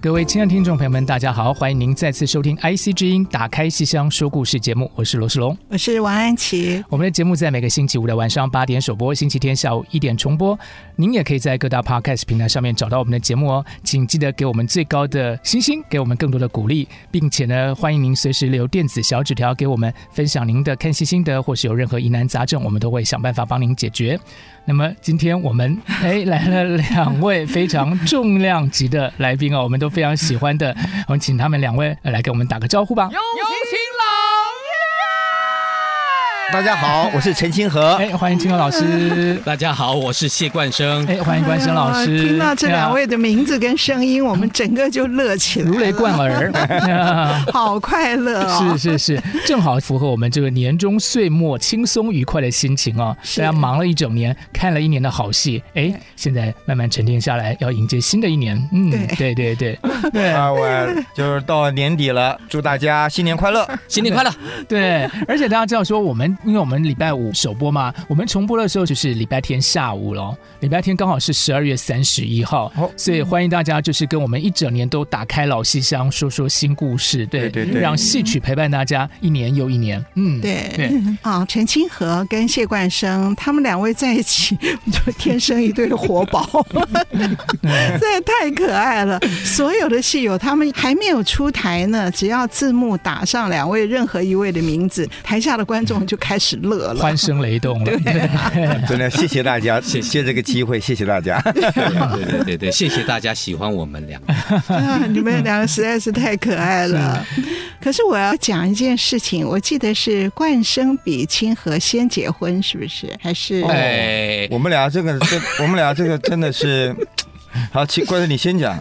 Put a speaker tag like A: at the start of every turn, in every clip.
A: 各位亲爱的听众朋友们，大家好，欢迎您再次收听 IC 之音打开戏箱说故事节目，我是罗世龙。
B: 我是王安琪。
A: 我们的节目在每个星期五的晚上八点首播，星期天下午一点重播。您也可以在各大 podcast 平台上面找到我们的节目哦。请记得给我们最高的星星，给我们更多的鼓励，并且呢，欢迎您随时留电子小纸条给我们，分享您的看戏心得，或是有任何疑难杂症，我们都会想办法帮您解决。那么今天我们哎来了两位非常重量级的来宾哦，我们都非常喜欢的，我们请他们两位呃来给我们打个招呼吧。
C: 大家好，我是陈清河。
A: 哎，欢迎青龙老师。
D: 大家好，我是谢冠生。
A: 哎，欢迎关心老
B: 哎
A: 师。
B: 呀听到这两
A: 哎呀
B: 位的名字跟声音，我们整个就乐起来了，
A: 如雷贯耳，
B: 好快乐哦！
A: 是是是，正好符合我们这个年终岁末轻松愉快的心情哦。
B: 是
A: 大家忙了一整年，看了一年的好戏，哎，现在慢慢沉淀下来，要迎接新的一年。嗯，对对对
C: 啊，我就是到年底了，祝大家新年快 乐！
D: 新年快乐！
A: 对，而且大家知道说，我们因为我们礼拜五首播嘛，我们重播的时候就是礼拜天下午咯，礼拜天刚好是十二月三十一号
C: 哦，
A: 所以欢迎大家就是跟我们一整年都打开老戏箱，说说新故事，对
C: 对对对
A: 让戏曲陪伴大家一年又一年。嗯，
B: 对
A: 对。
B: 啊，陈清河跟谢冠生他们两位在一起， 就天生一对 活宝，真的太可爱了。所有的戏友他们还没有出台呢，只要字幕打上两位任何一位的名字，台下的观众就开始乐了。
A: 欢声雷动了。
C: 真的谢谢大家，
D: 谢谢
C: 借这个机会谢谢大家。
D: 对对对对，谢谢大家喜欢我们俩。
B: 啊，你们两个实在是太可爱了。可是我要讲一件事情，我记得是冠生比清河先结婚，是不是？还是、
C: 哦
D: 哎，
C: 我们俩这个，这我们俩这个真的是，好，奇怪的你先讲，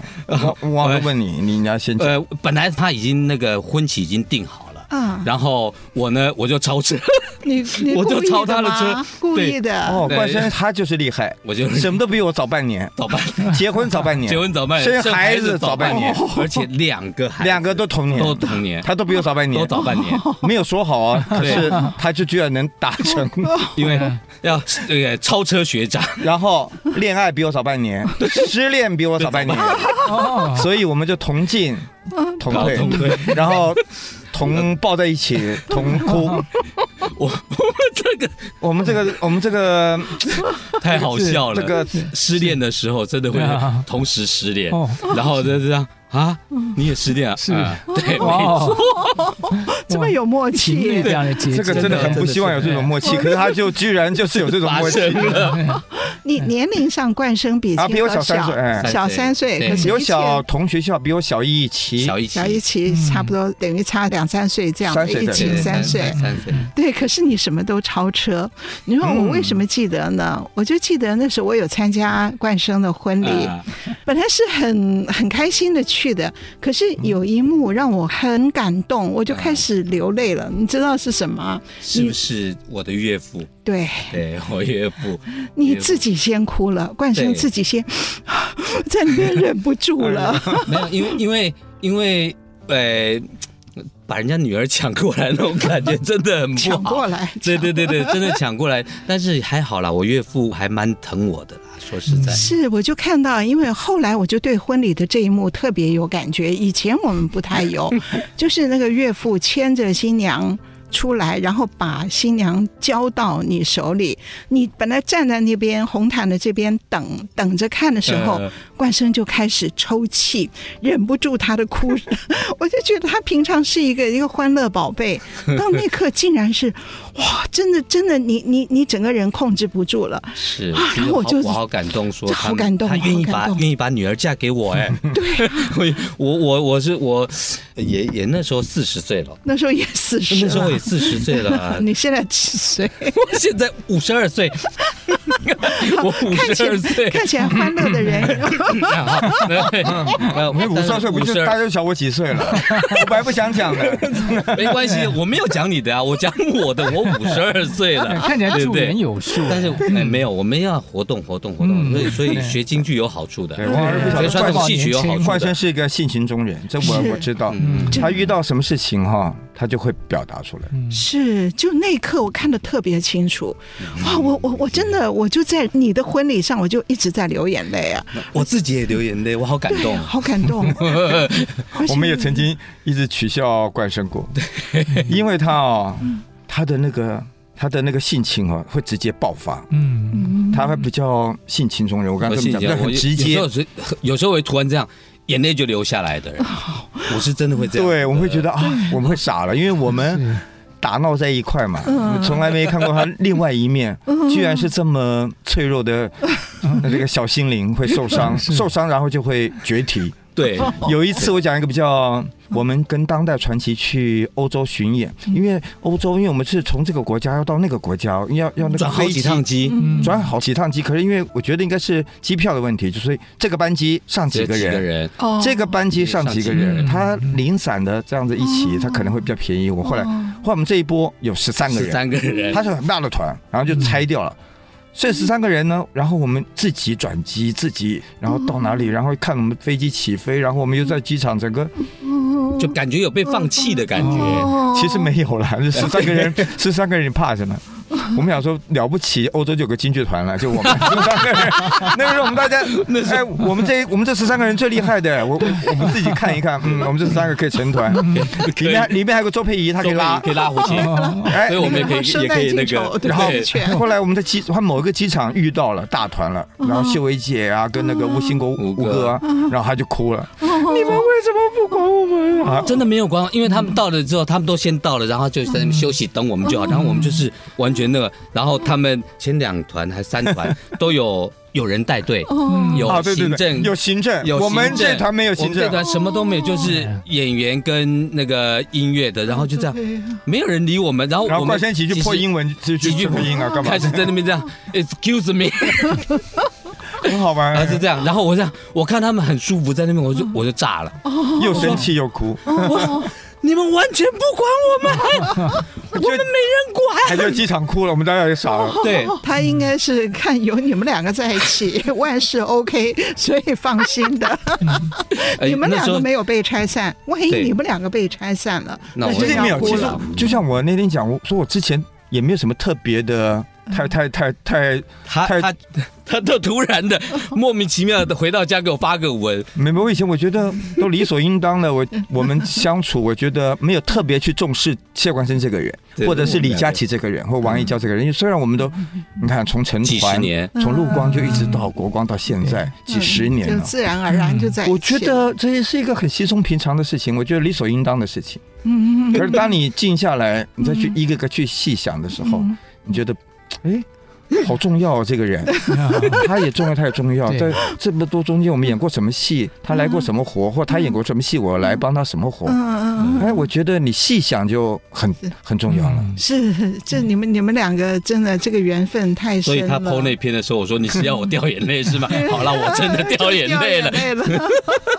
C: 我忘了问你，你你要先讲。
D: 呃，本来他已经那个婚期已经定好了，
C: 嗯
B: 啊？
D: 然后我呢我就超车，
B: 你你
D: 我就
B: 故意
D: 抄他的
B: 吗
D: 车
B: 故
D: 对
B: 意的。
C: 哦，
D: 对
C: 冠生他就是厉 害，
D: 我就
C: 什么都比我早半年，
D: 早半
C: 结婚早半年，
D: 结婚早半
C: 生
D: 年，
C: 孩子早
D: 早
C: 半年，哦
D: 而且两个孩子
C: 两个都同年，
D: 都同年，
C: 他都比我早半年，
D: 都早半年，
C: 没有说好 啊，可是他就居然能达成，
D: 因为要这个超车学长，
C: 然后恋爱比我早半 年，失恋比我早半年，
A: 哦，
C: 所以我们就同进同退，
D: 同退
C: 然后同抱在一起，同哭。
D: 我我这个
C: 我们这个，我们这个，
D: 太好笑了。
C: 这个
D: 失恋的时候真的会
A: 对啊
D: 同时失恋
A: 哦，
D: 然后就这样啊，
C: 嗯
D: 你也失恋啊？
A: 是
D: 啊对，没
C: 哦
A: 哇，
D: 错。
B: 这么有默
A: 情
B: 契
A: 侣这样的结局，
C: 这个真的很不希望有这种默契，可是他就居然就是有这种
D: 发
C: 默契
D: 生，了，
B: 你
D: 嗯
B: 年龄上冠生比
C: 啊
B: 清河
C: 比我小三岁哎
B: 小三岁，
D: 对
B: 可是
C: 有
B: 一切
C: 小同学校比我小一期，
D: 小一
B: 小一期
D: 嗯
B: 差不多等于差两三岁这样的，
C: 三岁
B: 一
C: 对
B: 起三岁。
D: 三岁，
B: 对，可是你什么都超车。你说
D: 嗯
B: 我为什么记得呢？我就记得那时候我有参加冠生的婚礼，
D: 啊
B: 本来是很很开心的去的，可是
D: 嗯
B: 有一幕让我很感动，我就开始流泪了。你知道是什么？
D: 是不是我的岳父？
B: 对
D: 对我岳父，
B: 你自己先哭了，冠生
D: 对
B: 自己先 在那边忍不住了。
D: 没有，因为因为因为呃，把人家女儿抢过来那种感觉真的很 不
B: 抢过
D: 好。
B: 来，
D: 对
B: 抢
D: 对对对，真的抢过来，但是还好啦，我岳父还蛮疼我的啦。说实在，
B: 是，我就看到，因为后来我就对婚礼的这一幕特 别有感觉。以前我们不太有，就是那个岳父牵着新娘出来，然后把新娘交到你手里。你本来站在那边红毯的这边等等着看的时候，
D: 呃
B: 冠生就开始抽泣，忍不住他的哭。 我就觉得他平常是一个一个欢乐宝 贝，到那刻竟然是哇，真的真的，你你你整个人控制不住了。
D: 是，
B: 啊
D: 其实
B: 然后我
D: 好
B: 就
D: 我好感动，说
B: 这
D: 他
B: 好感动
D: 他
B: 好
D: 愿意
B: 感
D: 把
B: 动
D: 愿意把女儿嫁给我，哎，
B: 对、
D: 我 我我我是我也也那时候四十岁了，
B: 那时候也四十
D: 那时候也
B: 了。，
D: 四十岁 了
B: 你现在几岁？
D: 我现在五十 二岁，我五
B: 看起
D: 十二岁
B: 来， 看起来欢乐的人，
D: 好对呃
C: 我们嗯五十二岁不就
D: 52
C: 大家就小我几岁了？我本来不想讲 的，
D: 没 关系，我没有讲你的啊，我讲我的，我五十二岁 了，
A: 看起来
D: 对不
A: 助人
D: 对？
A: 有术，
D: 但是
C: 嗯
D: 哎，没有，我们要活动活动活动，所以所以学京剧有好处的，
C: 对我还是不晓
D: 学
C: 得
D: 传统
C: 冠
D: 戏曲有好
C: 冠
D: 处
C: 生
D: 的。
C: 是一个性情中人，这我
B: 是
C: 我知道。
D: 嗯，
C: 他遇到什么事情哈，他就会表达出来。
B: 是就那一刻我看得特别清楚，
D: 嗯
B: 哇！我我我真的我就在你的婚礼上，我就一直在流眼泪啊，
D: 我自己也流眼泪，我好感
B: 对
D: 动。
B: 好感 动。而且
C: 我们也曾经一直取笑冠生过，因为他哦，他的那个他的那个性情哦，会直接爆发，
A: 嗯，
C: 他会比较性情中人。我刚
D: 我
C: 刚跟
D: 信
C: 你
D: 你
C: 讲，那
D: 我
C: 很直
D: 嗯有
C: 接
D: 有。时候是有时候会突然这样，眼泪就流下来 的人，我是真的会这样。
C: 对，我们会觉得啊，我们会傻了，因为我们打闹在一块嘛，从来没看过他另外一面，居然是这么脆弱的这个小心灵会受伤，受伤然后就会决堤。
D: 对，
C: 有一次我讲一个比较，我们跟当代传奇去欧洲巡演，
D: 嗯
C: 因为欧洲，因为我们是从这个国家要到那个国家，要要那个
D: 嗯转好
C: 飞
D: 几
C: 机。嗯
D: 趟机，
C: 转好几趟机，可是因为我觉得应该是机票的问题，就是这个班机上
D: 只有
C: 几个
D: 几个
C: 人，
D: 人，哦
B: 哦
C: 这个班机上几个
A: 嗯
C: 人，他零散的这样子一起，他可能会比较便宜。我后
D: 哦
C: 来，后来我们这一波有十三个
D: 十
C: 人，
D: 三个人
C: 他，是很大的团，然后就拆掉了。这十三个人呢，然后我们自己转机，自己然后到哪里，然后看我们飞机起飞，然后我们又在机场，整个
D: 就感觉有被放弃的感觉。
B: 哦
C: 其实没有啦， 这十三个人，十三个人你怕什么？我们想说了不起，欧洲就有个京剧团了，就我们十三个人。 那个时候我们大家，哎，我们这我们这十三个人最厉害的，我我我们自己看一看，嗯，我们这十三个 可以成团。里面里面还有个周佩仪，她可以拉
D: 可。以拉回 去，
C: 哎
D: 所以我们也可
B: 然后
D: 以
B: 生
D: 也可
B: 态
D: 以那
B: 竞
D: 个
B: 丑，对
C: 然后
B: 不对 拳
C: 后来我们在机，他某一个机场遇到了大团了，
D: 嗯
C: 然后秀薇姐啊，跟那个吴兴国
D: 吴
C: 吴
D: 哥
C: 哥啊，然后他就哭了。
D: 嗯
C: 啊
D: 真的没有光，因为他们到了之后，他们都先到了，然后就在那边休息等我们就好，然后我们就是完全那个，然后他们前两团还三团都有有人带队，
C: 啊，
D: 有
C: 对对
D: 行
C: 对，
D: 政
C: 有行政，
D: 有
C: 我们
D: 行政
C: 这团没有
D: 我
C: 行
D: 们这
C: 政，
D: 团什么都没有，就是演员跟那个音乐的，然后就这样，没有人理我们，然后
C: 然
D: 我
C: 后冠
D: 们
C: 生几句
D: 其实
C: 破英文，就
D: 几
C: 就
D: 句
C: 破英啊，干嘛
D: 开？始在那边这样，Excuse me，
C: 很好玩
D: 然后，就呃这样，然后我这样，我看他们很舒服在那边，我就我就炸了，
C: 又生气又哭，
D: 我哦你们完全不管我们，我们没哦
C: 还
D: 人管
C: 在。机场哭了，我们大家也傻了。
D: 对，
B: 他应该是看有你们两个在一 起，万事 OK，所以放心的。
D: 哎
B: 你们
D: 那
B: 两
D: 时候
B: 个没有被拆散，万一
D: 对
B: 你们两个被拆散了，
D: 那我
B: 就
C: 其实
B: 要
C: 没有，
B: 哭
C: 其实
B: 了。
C: 就像我那天讲，我说我之前也没有什么特别的，
D: 嗯
C: 太太太太
D: 他
C: 太
D: 他他都突然的莫名其妙的回到家给我发个文，
C: 没没。我以前我觉得都理所应当的，我我们相处，我觉得没有特别去重视谢冠生这个人，
D: 对嗯
C: 或者是李佳琦这个人，或王一娇这个人。因为虽然我们都，你看从成
D: 几十
C: 团，
D: 年
C: 从陆光就一直到国光到现在几十年
B: 嗯就
C: 了，
B: 自然而然就在一起了。
C: 我觉得这也是一个很稀松平常的事情，我觉得理所应当的事情。
B: 嗯，嗯，嗯
C: 可是当你静下来，你再去一个个去细想的时候，
B: 嗯
C: 你觉得，哎，好重要哦，这个人，
B: 嗯
C: 他也重要，他也重要。
A: 对
C: 在这么多中间，我们演过什么戏，他来
B: 嗯
C: 过什么活，或他演过什么戏，我来帮他什么活。
B: 嗯嗯嗯，
C: 哎，我觉得你细想就很很重要
D: 嗯
C: 了。
B: 是这你们你们两个真的这个缘分太深
D: 所
B: 了。
D: 以他剖那篇的时候，我说你是要我掉眼泪是 吗？好了，我真的掉眼泪了
B: 呃掉，眼泪 了。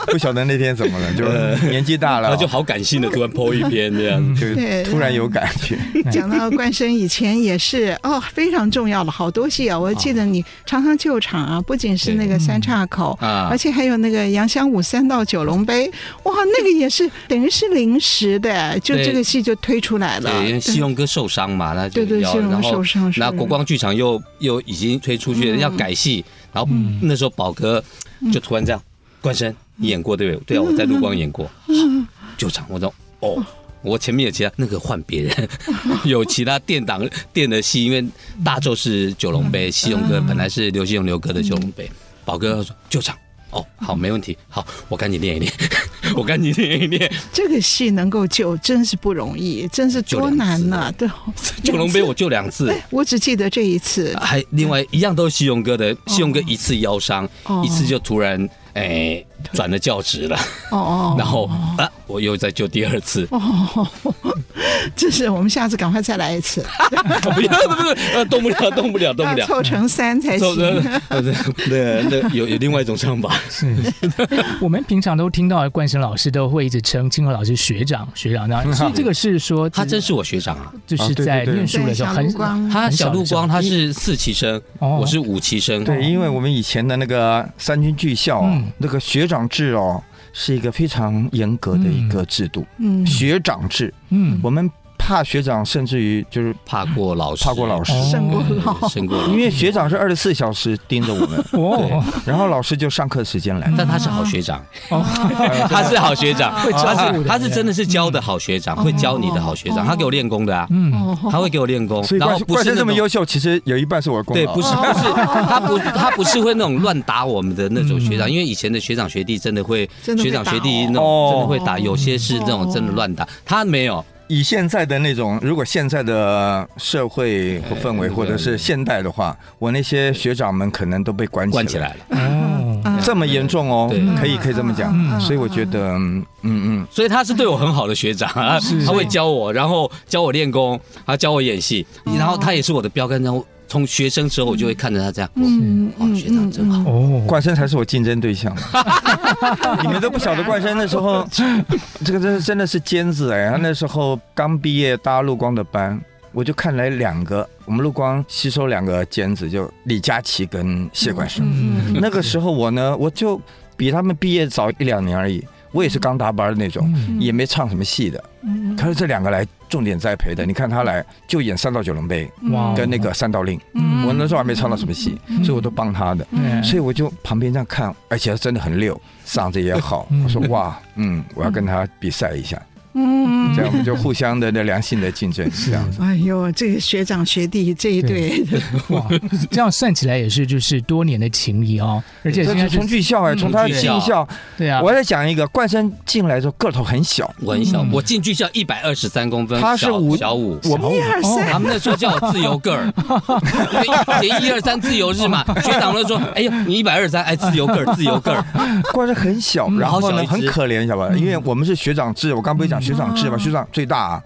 C: 不晓得那天怎么了，就是年纪大
D: 呃然
C: 了
D: 后，就好感性的突然剖一篇这样。
C: 就
B: 对
C: 突然有感觉。
D: 哎
B: 讲到冠生以前也是哦，非常重要的好多戏啊！我记得你常常救场啊，不仅是那个三岔口，
D: 嗯啊
B: 而且还有那个杨香武三到九龙杯，哇，那个也是等于是临时的，就
D: 对
B: 这个戏就推出来了。嗯
D: 对，因为西龙哥受伤嘛，那就
B: 对对
D: 要
B: 西龙哥
D: 然后
B: 受伤是
D: 那国光剧场又又已经推出去了，要改戏，然后那时候宝哥就突然这样，冠生，你演过对不对？对啊，我在陆光演过，好，救场，我说哦，我前面有其他那个换别人，有其他店档店的戏，因为大宙是九龙杯，西勇哥本来是刘西勇刘哥的九龙杯，宝哥说就唱。哦，好，没问题。好，我赶紧练一练，我赶紧练一练。
B: 这个戏能够救真是不容易，真是多难呐、 对，
D: 九龙杯我啊就两次，
B: 哎，我只记得这一次，
D: 还另外一样都是西勇哥的，西勇哥一次腰伤，
B: 哦
D: 一次就突然哎转了教职了，
B: 哦哦，
D: 然后啊我又再救第二次，
B: 哦，这是我们下次赶快再来一次，
D: 不要不是呃动 不了动不了动不
B: 要
D: 了，
B: 凑成三才
D: 走 的
B: 行。
D: 对对，有有另外一种唱法，
A: 我们平常都听到冠生老师都会一直称清河老师学长学长，那所以这个是说
D: 他真是我学长啊。
A: 就是在念书的时候
B: 对
A: 很
B: 小陆光
D: 他小陆光，他
A: 很小
D: 是四期生，
A: 哦
D: 我是五期生。
C: 对，因为我们以前的那个三军俱校啊，
A: 嗯
C: 那个学长制哦，是一个非常严格的一个制度。
B: 嗯，
C: 学长制，
A: 嗯
C: 我们怕学长，甚至于就是
D: 怕过老师，
C: 怕过老师，
A: 哦
B: 胜过
D: 对
B: 老，
D: 胜过老
C: 因
D: 师。
C: 为学长是二十四小时盯着我们，
A: 哦
C: 然后老师就上课时间来。
D: 嗯
C: 嗯
D: 但他是好学长，
A: 哦，
D: 他是好学长，
A: 会照顾
D: 他是
A: 的
D: 他是真的是教的好学长，会教你的好学长，他给我练功的啊，
A: 嗯，
D: 他会给我练功
C: 所，以
D: 然
C: 怪
D: 后不
C: 怪
D: 是
C: 生
D: 那
C: 这么
D: 种
C: 优秀，其实有一半是我的功啊
D: 对，
C: 劳。
D: 不是不是，他不他不是会那种乱打我们的那种学长，因为以前的学长学弟真的会，
B: 真的会
D: 学长
B: 打
D: 学弟那
C: 哦
D: 种真的会打，有些是那种真的乱打，他没有，
C: 以现在的那种，如果现在的社会和氛围，
D: 哎
C: 或者是现代的话，我那些学长们可能都被关
D: 关
C: 起
D: 起
C: 来
D: 来
C: 了，
D: 了。
A: 哦，
C: 这么严重哦
D: 对，
C: 可以可以这么
A: 嗯
C: 讲。所以我觉得，嗯嗯
D: 所以他是对我很好的学长啊，他会教我，然后教我练功，啊教我演戏，然后他也是我的标杆，然后从学生之后我就会看着他这样，
B: 嗯
D: 哇，学长真好，
C: 嗯，
A: 哦，
C: 冠生才是我竞争 对象。你们都不晓得冠生那时候，这个真是真的是尖子哎，他那时候刚毕业搭陆光的班。我就看来两个，我们陆光吸收两个尖子，就李佳琦跟谢冠生。
A: 嗯
C: 那个时候我呢，我就比他们毕业早一两年而已，我也是刚搭班的那种，
A: 嗯
C: 也没唱什么戏的。
B: 嗯
C: 可是这两个来重点栽培的，你看他来就演《三到九龙杯
B: 嗯
A: 哇》
C: 跟那个《三道令》，
A: 哦嗯
C: 我那时候还没唱到什么戏，所以我都帮他的。
A: 嗯
C: 所以我就旁边这样看，而且他真的很溜，嗓子也好。
A: 嗯
C: 我说哇，嗯，我要跟他比赛一下，
B: 嗯
C: 这样我们就互相的那良性的竞争，这
A: 嗯
C: 样子。
B: 哎呦，这个学长学弟这一对，
A: 哇，这样算起来也是就是多年的情谊哦，而且现在
C: 这
A: 是
C: 从剧校哎，
A: 嗯
C: 从他进
D: 从剧
C: 校
D: 校，
A: 对啊
C: 我，再讲一个，冠生进来的时候个头很小，
D: 我很小
A: 嗯，
D: 我进去叫一百二十三公分，
C: 他是
D: 小
C: 五
D: 小五，
C: 我们
B: 一二三，
D: 他们那时候叫我自由个儿，因为一二三自由日嘛，学长们都说，哎呀，你一百二十三，哎，自由个儿，自由个 儿，
C: 怪是很小，
A: 嗯
C: 然后
D: 好小
C: 呢
D: 一只
C: 很可怜，晓得吧？因为我们是学长制，我刚不是讲学长制嘛，
B: 嗯
C: 学长最大啊。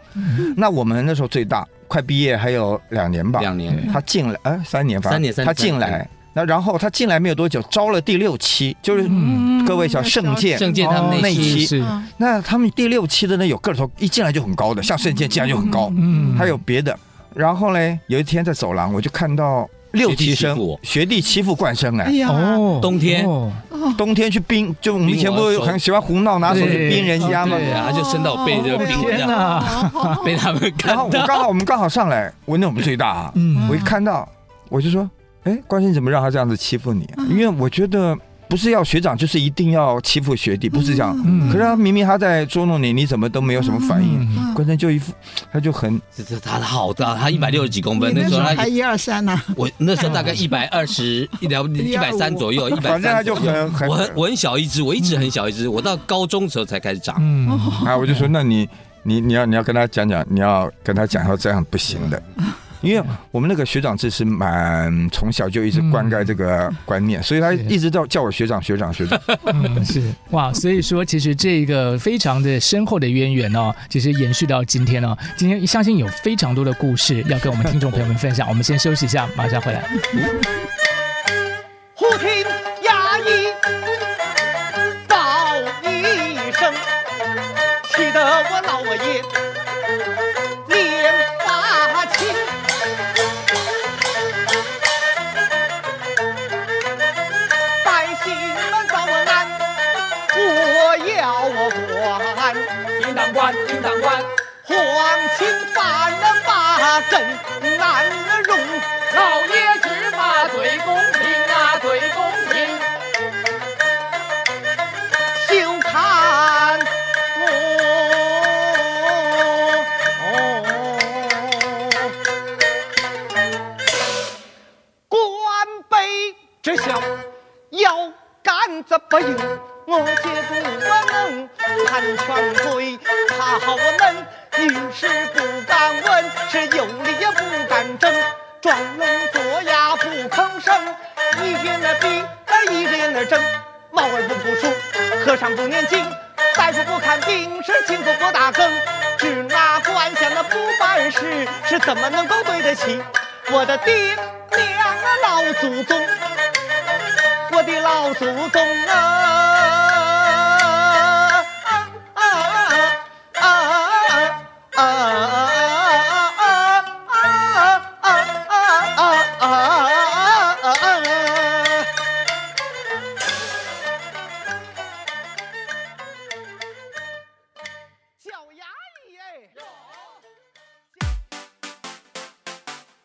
C: 那我们那时候最大，快毕业还有两年吧，
D: 两年，
A: 嗯
C: 他进来，哎，三年吧，
D: 三年三年
C: 他进
D: 三
C: 来，那然后他进来没有多久，招了第六期，就是
B: 嗯
C: 各位叫圣剑，
D: 证件他
A: 哦
D: 们
C: 那
D: 那
C: 一期
D: 期
A: 是
C: 那他们第六期的呢，有个头一进来就很高的，像圣剑进来就很高，
A: 嗯
C: 还有别的。然后嘞，有一天在走廊，我就看到六期
D: 学弟
C: 生
D: 欺负我
C: 学弟欺负冠生
B: 哎
C: 哎，
B: 呀，
A: 哦，
D: 冬天
A: 哦
C: 冬天去冰，就我们以前不是
D: 冰我的手
C: 很喜欢胡闹，拿手去
A: 对
C: 冰人家吗？哦
D: 对啊，就伸到我背这个冰
A: 天
D: 的，
A: 哪，
D: 被他们看
C: 然后我
D: 到。
C: 刚好我们刚好上来，我那我们最大、啊，
A: 嗯
C: 我一看到我就说，哎，关心怎么让他这样子欺负你、啊？
A: 嗯
C: 因为我觉得不是要学长就是一定要欺负学弟，不是这样。
A: 嗯
C: 可是他啊明明他在捉弄你，你怎么都没有什么反应？
A: 嗯
C: 关键就一副他就很
D: 这这他好大，他一百六十几公
B: 你
D: 分，
B: 那
D: 那时
B: 时
D: 候
B: 候还
D: 他
B: 一二三呢，
D: 我那时候大概一百二十一两一百三左右，一百
C: 哎反正他
D: 三
C: 就很很
D: 我很我很小一只，我一直很小一只，我到高中的时候才开始长。
A: 嗯
C: 啊，我就说那你你你要你要跟他讲讲，你要跟他讲要这样不 行的。
A: 嗯
C: 因为我们那个学长制是蛮从小就一直灌溉这个观念，所以他
A: 是
C: 一直叫叫我学长学长学 长。
A: 嗯，是哇，所以说其实这个非常的深厚的渊源哦，其实延续到今天哦，今天相信有非常多的故事要跟我们听众朋友们分享，我们先休息一下，马上回来。
E: 忽听衙役报一声，气得我老爷脸发青。百姓们把我安，我要我管，应当管，应当管。皇亲犯了八阵难容，老爷只骂最公平啊，最公平。休看我。要干则不用，我绝不能谈权贵，他好能遇事不敢问，是有理也不敢争，装聋作哑不吭声，一天的比那一天的争，猫儿不服输，和尚不念经，大夫不看病，是情妇不打更，只拿官衔的不办事，是怎么能够对得起我的爹娘啊老祖宗？我的老祖宗啊！啊啊啊啊啊！小衙役哎！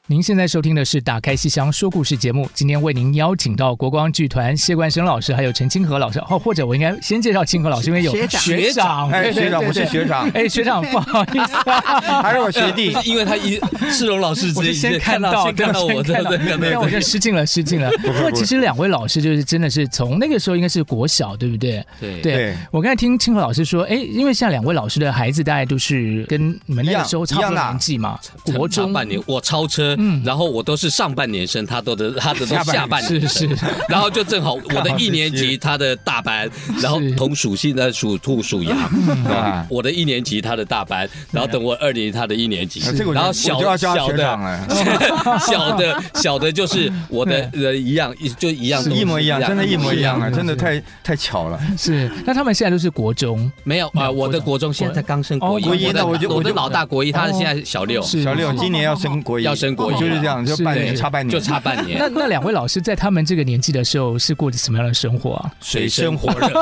A: 您现在收听的是《打开戏箱说故事》节目，今天为您邀请到国光剧团谢冠生老师，还有陈清河老师。哦，或者我应该先介绍清河老师，因为有
B: 学长
A: 学长，
C: 哎，
A: 哦对
C: 学长，我是。学长
A: 对，对哎，学长，不好意思 啊，
C: 还是我学弟
D: 不。 是因为他一世荣老师直
A: 我
D: 接
A: 是先看
D: 到
A: 到，
D: 先看到
A: 对
D: 我的
A: 先
D: 那
A: 看到
D: 个
A: 让我就失敬了，失敬了。不过
C: 会不会
A: 其实两位老师就是真的是从那个时候应该是国小，对不对？
D: 对
C: 对
A: 我刚才听清河老师说，哎，因为像两位老师的孩子大概都是跟你们那
C: 一
A: 个
C: 样
A: 时候差不
C: 一
A: 多
C: 样的
A: 年纪嘛，
D: 那
A: 国
D: 上
A: 中
D: 半年我超车，然后我都是上半年生，他都的他的都
C: 嗯下半年
D: 下半年生
A: 是是，
D: 然后就正 好我的一年级他的大班，然后
A: 是
D: 同属性的属兔 属羊，
C: 啊
D: 我的一年级他的大班，然后等我二年级他的一年级
C: 啊这个，我就
D: 然后
C: 我
D: 小
C: 就要叫他
D: 小
C: 学长
D: 的
C: 了，
D: 小的小的就是我的呃一样一就一样
C: 是一模一样，真的，一模一样啊！
A: 是
C: 真的
A: 是
C: 太太巧了。
A: 是，那他们现在都是国中，
D: 没有啊，我的国中现在才刚升国一，
A: 哦国一
D: 我的
C: 那我就
D: 我的
C: 我就
D: 老大国一，他
A: 哦
D: 现在小六，
A: 是
C: 小六今年要升国一，
D: 要升国一
C: 就是这样，就半
A: 是
C: 年差半
D: 就
C: 年，
D: 差半 年
A: 那，那两位老师在他们这个年纪的时候是过着什么样的生活啊？
D: 水深火热，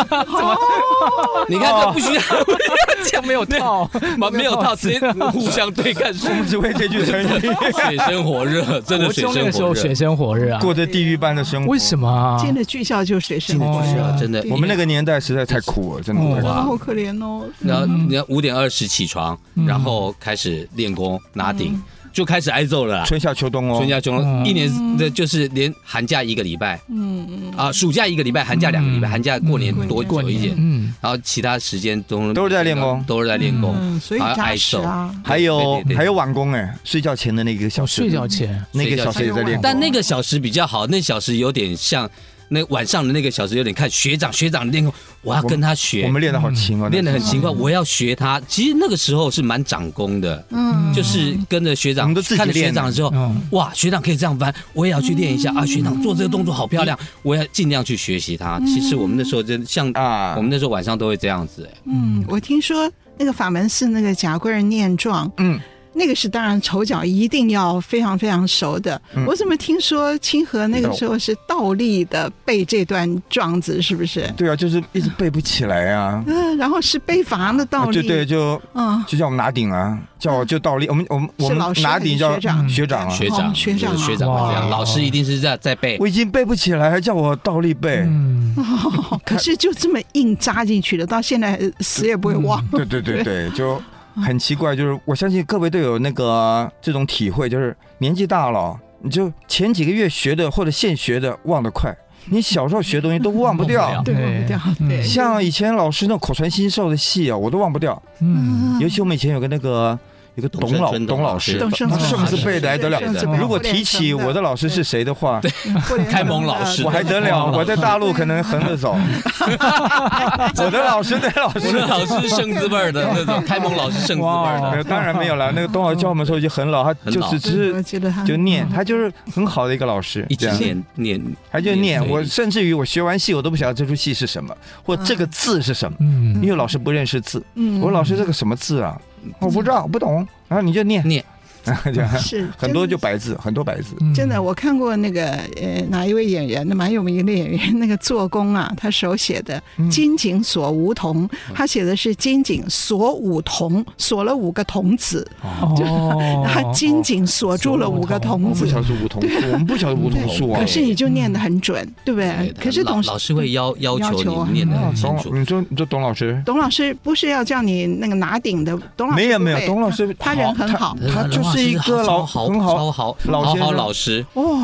D: 你看这不需要
A: 这样没有到，
D: 没有到直接互相对干，
C: 我 们只会这句成语，
D: 水深火热，真的
A: 国
D: 水
A: 中那
D: 深
A: 个时
D: 火
A: 候水
D: 热。
A: 深火热啊？
C: 过着地狱般的生活。
A: 为什么啊？
B: 进了剧校就水深火
A: 进了剧校
B: 热，
D: 真的
B: 哦对
C: 我们那个年代实在太苦了，真的太苦了。
B: 哇，好可怜哦。
D: 然后你要五点二十起床，
A: 嗯
D: 然后开始练功拿顶，就开始挨揍了啦。
C: 春夏秋冬哦
D: 春，夏秋
A: 嗯
D: 冬一年的就是连寒假一个礼拜
B: 嗯嗯，
D: 啊，暑假一个礼拜，寒假两个礼拜，
A: 嗯
D: 寒假过年
B: 嗯
D: 多
A: 过
D: 久一
A: 年
D: 点，
A: 嗯，
D: 然后其他时间都
C: 都是在练功
D: 都是在练功。
B: 嗯，所以扎实啊。
C: 还有
D: 对对对哦
C: 还有晚工哎，睡觉前的那个小
A: 我
C: 时，
A: 睡觉前
C: 那个小时也在练功。
D: 但那个小时比较好，那小时有点像那晚上的那个小时有点看学长学长练功，我要跟他学，
C: 我们练得好勤哦，
D: 嗯练得很勤
C: 快。
D: 快，我要学他。其实那个时候是蛮长功的，
B: 嗯，
D: 就是跟着学
C: 我
D: 长
C: 们都自己
D: 看着学
C: 练
D: 长的时候，
A: 嗯
D: 哇，学长可以这样翻，我也要去练一
B: 嗯
D: 下啊！学长做这个动作好漂亮，我要尽量去学习他。
B: 嗯
D: 其实我们那时候真像
C: 啊
D: 我们那时候晚上都会这样子，哎
B: 嗯，我听说那个法门寺那个贾贵人念状，
C: 嗯，
B: 那个是当然丑角一定要非常非常熟的。
C: 嗯
B: 我怎么听说清河那个时候是倒立的背这段状子，是不是？
C: 对啊，就是一直背不起来啊。
B: 嗯，然后是被罚的倒立，
C: 就啊对，就
B: 嗯，
C: 就叫我们拿顶啊，叫我就倒立。我们我们我
B: 是老
C: 们
B: 师
C: 拿顶叫
B: 还是学长
C: 学长啊，
D: 学
B: 哦
D: 长
B: 学长啊
D: 学长会这
A: 哇
D: 样，老师一定是在在背。
C: 我已经背不起来，还叫我倒立背。
A: 嗯，
B: 哦可是就这么硬扎进去了，到现在呃死也不会忘。
C: 对对 对对，就很奇怪，就是我相信各位都有那个这种体会，就是年纪大了，你就前几个月学的或者现学的忘得快，你小时候学的东西都忘不掉
D: 忘。
B: 对，忘不掉。
A: 嗯
B: 对，
C: 像以前老师那口传心授的戏啊，我都忘不掉。
B: 啊
A: 嗯，
C: 尤其我们以前有个那个有个董老
D: 董
C: 董老师，
B: 董
C: 他
B: 生
D: 董
C: 圣
D: 生
C: 字背的还得了
D: 圣字。
B: 背
C: 如果提起我的老师是谁的话，
D: 开蒙老 师
C: 我还得了？
B: 嗯
C: 我在大陆可能横着 走。我的老师，那老
D: 我们
C: 师。
D: 老师圣字辈 儿的那种，开蒙老师圣字辈儿
A: 哇
C: 没有，
D: 的，
C: 当然没有了。那个董老师教我们的时候已经很老，他
D: 很
C: 就
D: 老
C: 只是
B: 我觉得他
C: 就念，他就是很好的一个老师，
D: 一直
C: 这样，
D: 念念，
C: 他就念。我
D: 念
C: 甚至于我学完戏，我都不晓得这出戏是什么，或
D: 嗯
C: 这个字是什么，
A: 嗯
C: 因为老师不认识字。
B: 嗯
C: 我说老师这个什么字啊？我不知道，不懂。然后你就念
D: 念，
C: 这样
B: 是
C: 很
B: 真
C: 多
B: 的
C: 就白字，很多白字。
B: 真的，我看过那个呃哪一位演员，那蛮有名的演员， 那个做工啊，他手写的
C: 嗯
B: “金井锁梧桐”，他写的是“金井锁梧桐”，锁了五个童子，
A: 哦，
B: 他金井锁住了五个童
D: 嗯
C: 哦我不
B: 子
C: 晓。得是梧桐树，我们不嗯晓得梧桐树啊
B: 可。是你就念得很准，对不对
D: 对？
B: 哎可是
D: 老
B: 董
D: 老师会要要
B: 要
D: 求
B: 求啊
D: 你念得
C: 哦
D: 很清
C: 董老
D: 楚，
C: 你说你说董老师？
B: 董老师不是要叫你那个拿顶的，董老师
C: 没有没有
B: 不，会
C: 董老师
B: 他人很好，
C: 他就是
D: 画
C: 是一个老
D: 好
C: 很好
D: 超好
C: 老
D: 好
C: 先
D: 好
C: 生
D: 老师，
B: 哦，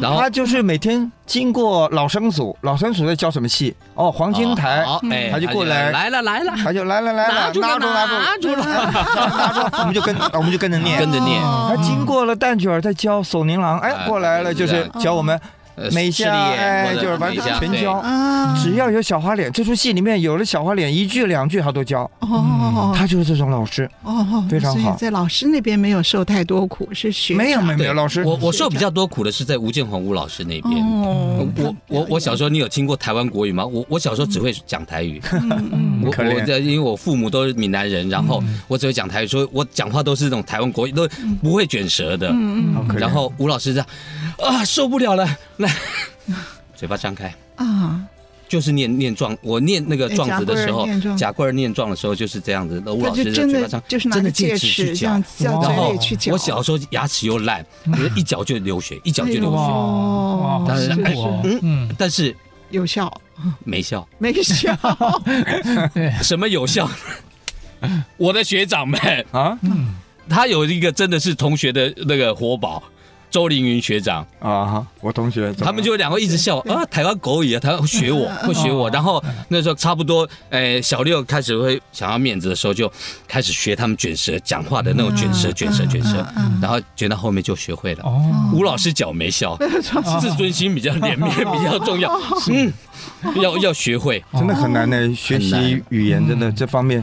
D: 然后
C: 他就是每天经过老生组，老生组在教什么戏？哦，黄金台，
D: 好
B: 嗯
D: 哎，
C: 他就过来
D: 来了来了，
C: 他就来来来了，
D: 拿住了
C: 拿住
D: 拿住了，
C: 拿住，我们就跟我们就跟着念，
D: 跟着念，
B: 哦
C: 他经过了蛋卷儿，在教手nin郎，哎，
D: 啊
C: 过来了，就是教我们
D: 呃
C: 美
D: 势利
C: 下，
D: 眼
C: 哎，
D: 或者
C: 就是反正
D: 美下
C: 全
D: 对
C: 教，
B: 啊，
C: 只要有小花脸，这出戏里面有了小花脸，一句两句他都教，
B: 哦
C: 嗯他就是这种老师，
B: 哦，
C: 非常好
B: 所以在老师那边没有受太多苦，是学
C: 没有
B: 长
C: 没有没
D: 对
C: 有老师，
D: 我我受比较多苦的是在吴建宏吴老师那边。
B: 哦，
D: 我我
C: 哎
D: 我小时候，你有听过台湾国语吗？我我小时候只会讲台语，
B: 嗯
D: 我
C: 可
D: 我
C: 怜
D: 的因为我父母都是闽南人，然后我只会讲台语，所以我讲话都是那种台湾国语，都不会卷舌
B: 嗯
D: 的。
C: 好哦可怜
D: 然后吴老师这样啊，受不了了， 来，嘴巴张开，
B: 啊，
D: 就是念念状，我念那个
B: 哎
D: 状子的时候
B: 甲棍儿念，状
D: 贾贵儿念状的时候就是这样子，那吴
B: 他
D: 老
B: 就
D: 师
B: 真
D: 嘴巴
B: 的
D: 张，
B: 就是拿
D: 真
B: 着
D: 的
B: 戒
D: 戒
B: 尺
D: 指
B: 这
D: 去
B: 样
D: 讲。
B: 到
A: 哇
B: 嘴
D: 然后
B: 里去嗯嚼。
D: 我小时候牙齿又烂，我一嚼就流血，一嚼就
B: 哎
D: 流血，
A: 哇，
B: 哦
A: 哇，
D: 但是
A: 辛苦哦，嗯，
D: 但是
B: 有效
D: 没 效，
B: 没效？
D: 什么有效？ 我的学长们，
C: 啊
D: 他有一个真的是同学的那个活宝。周凌云学长，
C: 啊，我同学怎么了
D: 他们就两个一直笑啊，台湾狗语啊，台湾会 学我，会学
C: 哦
D: 我。然后那时候差不多，哎，小六开始会想要面子的时候，就开始学他们卷舌讲话的那种
C: 嗯
D: 卷舌、卷舌、卷舌，然后卷到后面就学会了。
A: 哦，
D: 吴老师脚没 笑，
C: 哦
D: 自尊心比较脸面比较重要，嗯，要要学会。
C: 真的很难
B: 哦
C: 呢，学习语言真的
B: 嗯
C: 这方面。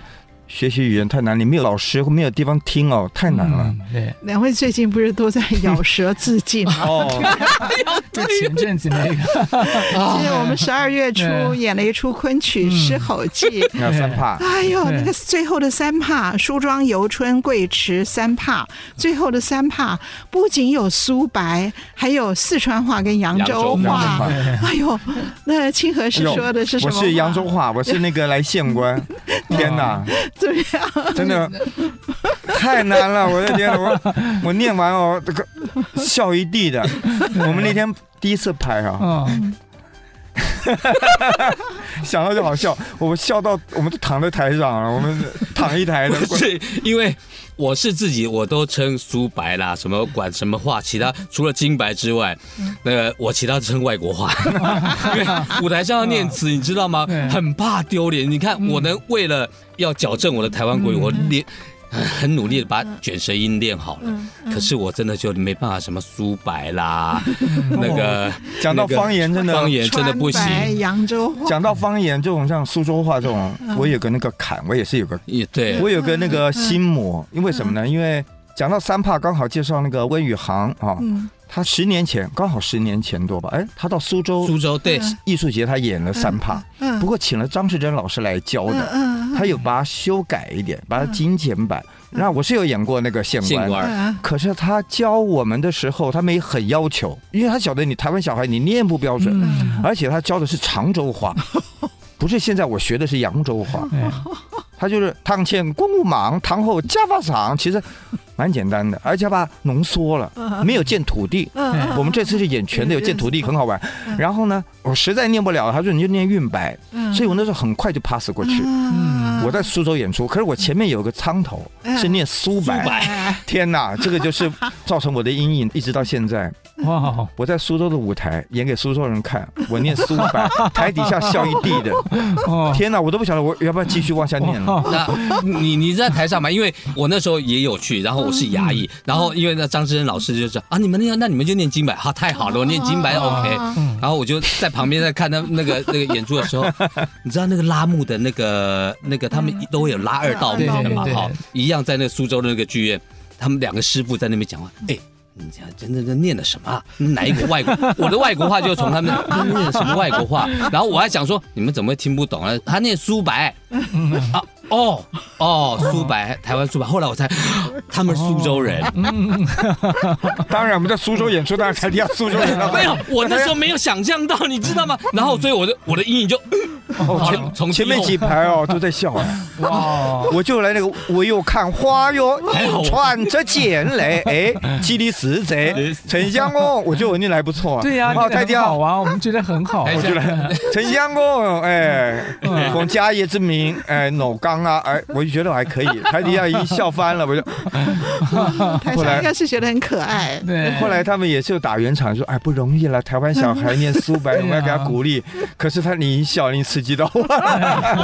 C: 学习语言太难，你没有老师，没有地方听哦，太难了。
A: 嗯对，
B: 两位最近不是 都在咬舌自尽吗？
C: 哦，
A: 就前阵子那个，
D: 啊
B: 记得我们十二月初
A: 对
B: 演了一出昆
D: 嗯
B: 曲《狮吼记》。
C: 那三怕
B: 哎呦，
A: 对
B: 那个最后的三帕，梳妆、游春、桂池三帕，最后的三帕不仅有苏白，还有四川话跟扬州
D: 扬州哎
B: 话。
C: 话
B: 哎呦，那清河 是说的是什
C: 哎我
B: 么话？哦
C: 是扬州话，我是那个来 县官。天哪，
B: 怎么样？
C: 真的太难了！我的天，我我念完哦，这个笑一地的。我们那天第一次拍啊，
A: 嗯，
C: 想到就好笑，我笑到我们都躺在台上了，我们躺一台的。
D: 是因为我是自己，我都称苏白啦，什么管什么话，其他除了金白之外，那个我其他称外 国话，因为舞台上要念词，你知道吗
A: 对？
D: 很怕丢脸。你看，我能为了要矫正我的台湾国语，我练。
B: 嗯
D: 很很努力的把卷舌音练好了，可是我真的就没办法，什么苏白 啦，那个
C: 讲到方言，真的
D: 方言真的不行
B: 川，白扬州话。
C: 讲到方言这种像苏州话这种，
B: 嗯
C: 我有个那个坎，我也是有个，
D: 也对，
C: 我有个那个
B: 嗯
C: 心魔，因为什么呢？因为讲到三怕，刚好介绍那个温宇航啊，
B: 嗯，
C: 他十年前刚好十年前多吧，哎，他到苏州
D: 苏州对
B: 嗯
C: 艺术节，他演了三怕，
B: 嗯
C: 不过请了张世珍老师来教
B: 嗯
C: 的，
B: 嗯
C: 他有把它修改一点，把它精简版。然后我是有演过那个县
D: 县
C: 官，
D: 官，
B: 嗯
C: 可是他教我们的时候，他们也很要求，因为他晓得你台湾小孩你念不标准，
A: 嗯
C: 而且他教的是常 州话，不是现在我学的是扬州话，他就是堂前公务忙，堂后家法赏，其实蛮简单的，而且把它浓缩了，没有见土地。
B: 嗯
C: 我们这次是演全的，有见土地很好玩。然后呢，我实在念不了，他说你就念韵白，
B: 嗯
C: 所以我那时候很快就 pass 过去。
B: 嗯
C: 我在苏州演出，可是我前面有个苍头
B: 嗯
C: 是念苏白，
B: 哎
C: 天哪，这个就是造成我的阴影，一直到现在。
A: 哇，
C: 我在苏州的舞台演给苏州人看，我念苏 白，台底下笑一地的，
A: 哦，
C: 天哪，我都不晓得我要不要继续往下念了。
D: 那你你在台上嘛？因为我那时候也有去，然后我是牙医，然后因为那张志恩老师就说啊，你们那那你们就念金白，好、太好了，我念金白 OK。然后
A: 嗯
D: 我就在旁边在看他们 那个那个演出的时候，你知道那个拉幕的那个那个他们都会有拉二道幕的嘛
A: 对对对
D: 哈，一样在那苏州的那个剧院，他们两个师傅在那边讲
A: 嗯
D: 话，哎。你讲真的在念的什么、啊？哪一个外国？我的外国话就从他们那念的什么外国话，然后我还想说你们怎么会听不懂啊？他念苏白，啊，哦哦，苏白，台湾苏白。后来 我才，他们是苏州人。
C: 哦当然，我们在苏州演出，当然 台底下苏州人了。
D: 哎没有，我那时候没有想象到，你知道吗？然后，所以我的我的阴影就，
C: 哦，前
D: 从从
C: 前面
D: 低
C: 几排哦都在笑哎，
A: 哇，
C: 我就来那个，我又看花哟
D: 还好，
C: 穿着剑来，哎，七里十 贼，沉香哦，我觉得我念得还不错啊，
A: 对呀，
C: 哦，
A: 太
C: 太
A: 好
C: 屌，
A: 啊，我们觉得很好。
D: 我觉得
C: 沉香哦，哎
A: 嗯，
C: 奉家业之名，哎，脑刚啊，哎，我就觉得我还可 以，台底下一笑翻了，我就
B: 台
C: 后
B: 上
C: 来
B: 应该是觉得很可 爱。
A: 对，
C: 后来他们也是有打圆场，说哎不容易了，台湾小孩念苏白，
A: 对啊
C: 我们要给他鼓 励。可是他你一笑，你刺激到我，
B: 哎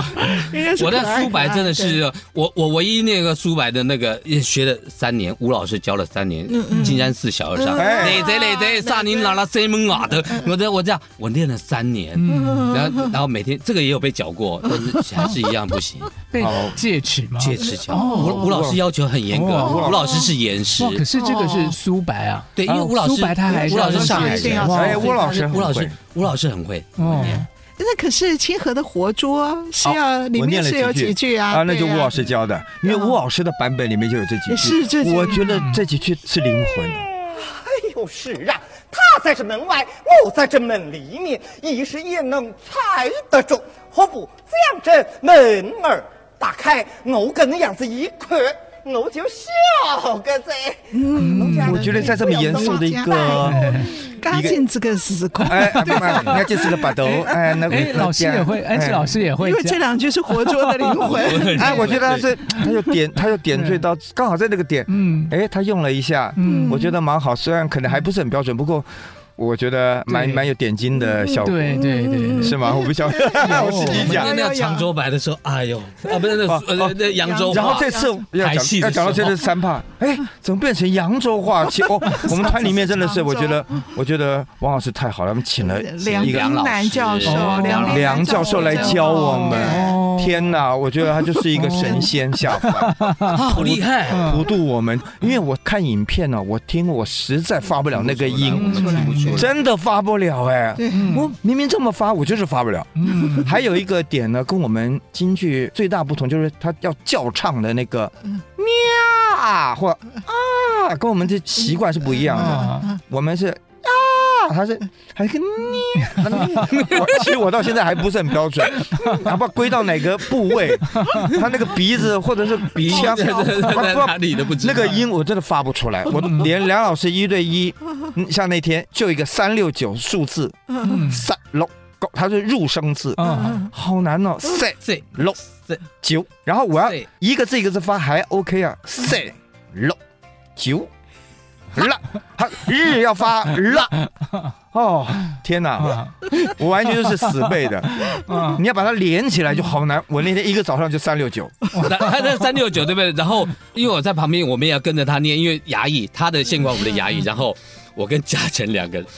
B: 应该是
D: 我
B: 可
D: 的
B: 爱
D: 苏白
B: 可爱
D: 真
B: 对
D: 的是，我我唯一那个苏白的那个也学了三年，吴老师教了三年，金山寺小和尚，
C: 嗯哎嗯
D: 累贼累贼，萨尼拉拉塞蒙瓦的，我这我这样我练了三年，然后然后每天这个也有被教过，但是还是一样不行，
A: 被戒尺嘛，
D: 戒尺教。
A: 哦
D: 吴吴老师要求很严格，
C: 哦
D: 吴老师是严师
A: 哇，，可是这个是苏白啊，
D: 对，因为
A: 哦
D: 吴老师
A: 苏白他还
D: 吴老师上海
B: 一定要
D: 人，
A: 哇
C: 哎，吴老师，
D: 吴老师，吴老师很会，
A: 哦，
B: 那可是清河的活捉是要啊里
C: 我
B: 面
C: 念了
B: 是有
C: 几句
B: 几句啊？
C: 啊，那就
B: 对
C: 吴
B: 啊
C: 老师教的，因为吴老师的版本里面就有这几句，
B: 是这几句
C: 我觉得这几句是灵魂。
E: 哎呦，是啊，他在这门外，我在这门里面，一时也能猜得中。何不将这门儿打开，我跟那样子一看，我就笑个子。
B: 啊
E: 嗯
C: 我觉得在这么严肃的一个，
B: 嘎进这个死空，
C: 哎，哎妈妈，你看这是个把头，哎，那个
A: 哎，老师也会，哎，老。师也会
B: 因为这
A: 样，
B: 两句是活捉的灵魂。
C: 哎，我觉得他是，他就点，他就点缀到刚好在那个点，
A: 嗯，
C: 哎，他用了一下，
A: 嗯
C: 我觉得蛮好，虽然可能还不是很标准，不过我觉得蛮
A: 对
C: 蛮有点睛的效果，
A: 对对对，
C: 是吗？我不晓得，我自己
D: 我
C: 讲哦
D: 们。那个常州白的时候，哎 呦，啊，不是那呃那扬州
C: 然后
D: 话，
C: 这次要
D: 台
C: 讲
D: 戏
C: 要
D: 的时
C: 讲
D: 候
C: 到这是三怕，哎，怎么变成扬州话？其哦，我们团里面真的是，我觉得，我觉得王老师太好了，我们 请了
B: 梁
C: 一个
D: 梁
B: 冰
D: 老
B: 南
D: 师
B: 教授
D: 哦，
B: 冰
C: 梁
B: 南
C: 教授来教
B: 哎
C: 我们。
A: 哦，
C: 天哪，我觉得他就是一个神仙下凡。
D: 好厉害，
C: 不渡我们，因为我看影片呢、我听我实在发不了那个音，
D: 我们听不出来。
C: 嗯真的发不了哎、
B: 对
C: 我明明这么发，我就是发不了。
A: 嗯，
C: 还有一个点呢，跟我们京剧最大不同就是它要叫唱的那个喵啊或啊，跟我们的习惯是不一样的。
A: 啊，
C: 我们是啊，他是还跟你，啊我其实我到现在还不是很标准，哪怕归到哪个部位，他那个鼻子或者是鼻腔，
D: 在在哪里都不知道。
C: 那个音我真的发不出来，我连梁老师一对一，嗯像那天就一个三六九数字
A: 嗯，
C: 三六九，它是入声字，
B: 嗯
A: 啊，
C: 好难哦，三
D: 这
C: 六
D: 这
C: 九，然后我要
D: 对
C: 一个字一个字发还 OK 啊，三六九了，它日要发了，哦，天哪，
A: 啊，
C: 我完全就是死背的，
A: 啊，
C: 你要把它连起来就好难，我那天一个早上就三六九，
D: 那他那三六九对不对？然后因为我在旁边，我们也要跟着他念，因为牙医他的县管我们的牙医，然后我跟嘉诚两个人。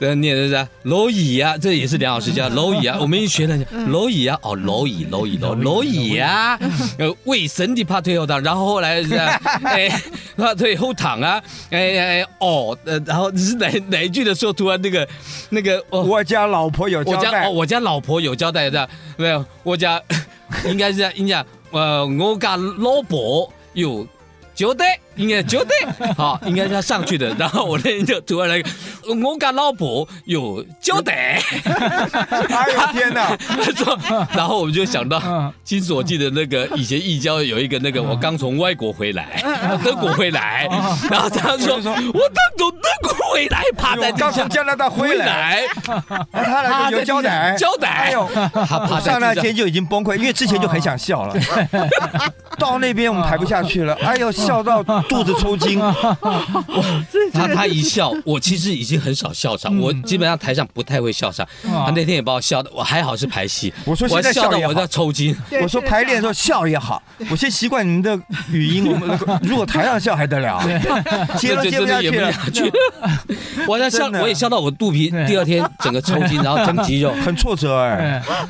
D: 在念的是啊蝼蚁啊，这也是梁老师教蝼蚁啊，我们一学的蝼蚁啊，哦，蝼蚁，蝼蚁，蝼蝼蚁啊，呃，为神的怕退后躺，然后后来是啊哎，怕退后躺啊，哎哎哦，呃，然后是哪哪一句的时候，突然那个那个哦，
C: 我家老婆有
D: 我
C: 交
D: 家
C: 代
D: 哦，，我家老婆有交代的，没有？我家应该是这样，应该呃，我家老婆有交代，应该交代，好，应该是要上去的。然后我那天就突然来一个，我家老婆有交代，
C: 哎呦天哪！
D: 他说，然后我们就想到
A: 嗯，
D: 其实我记得那个以前义交有一个那个，我刚从外国回来，
C: 嗯
D: 德国回来，
C: 哦
D: 然后他说，我刚从德国回来，趴
C: 我
D: 在地
C: 哎刚
D: 上
C: 从加拿大回
D: 回
C: 来，
D: 来，
C: 啊他
D: 趴
C: 来
D: 在
C: 有
D: 地
C: 交
D: 上
C: 代，
D: 交代，
C: 哎呦，
D: 他趴
C: 上
D: 在
C: 那
D: 地上
C: 天就已经崩溃，因为之前就很想笑了，到那边我们排不下去了，哎呦，笑到肚子抽筋，
D: 他他一笑，我其实已经很少笑场，我
C: 嗯
D: 基本上台上不太会笑场。他那天也把我笑的，我还好是排戏，
C: 我说
D: 我
C: 现在
D: 笑
C: 笑
D: 到
C: 也
D: 我在
C: 好。
D: 抽筋。
B: 对
C: 我说排练的时候笑也好，我先习惯你们的语音。我们如果台上笑还得了， 接都
D: 就
C: 接不
D: 真
C: 下
D: 的
C: 去
D: 演不
C: 了，
D: 下去， 我在笑，
C: 真的
D: 我也笑到我肚皮，第二天整个抽筋，然后长肌肉。
C: 很挫折哎。
A: 嗯，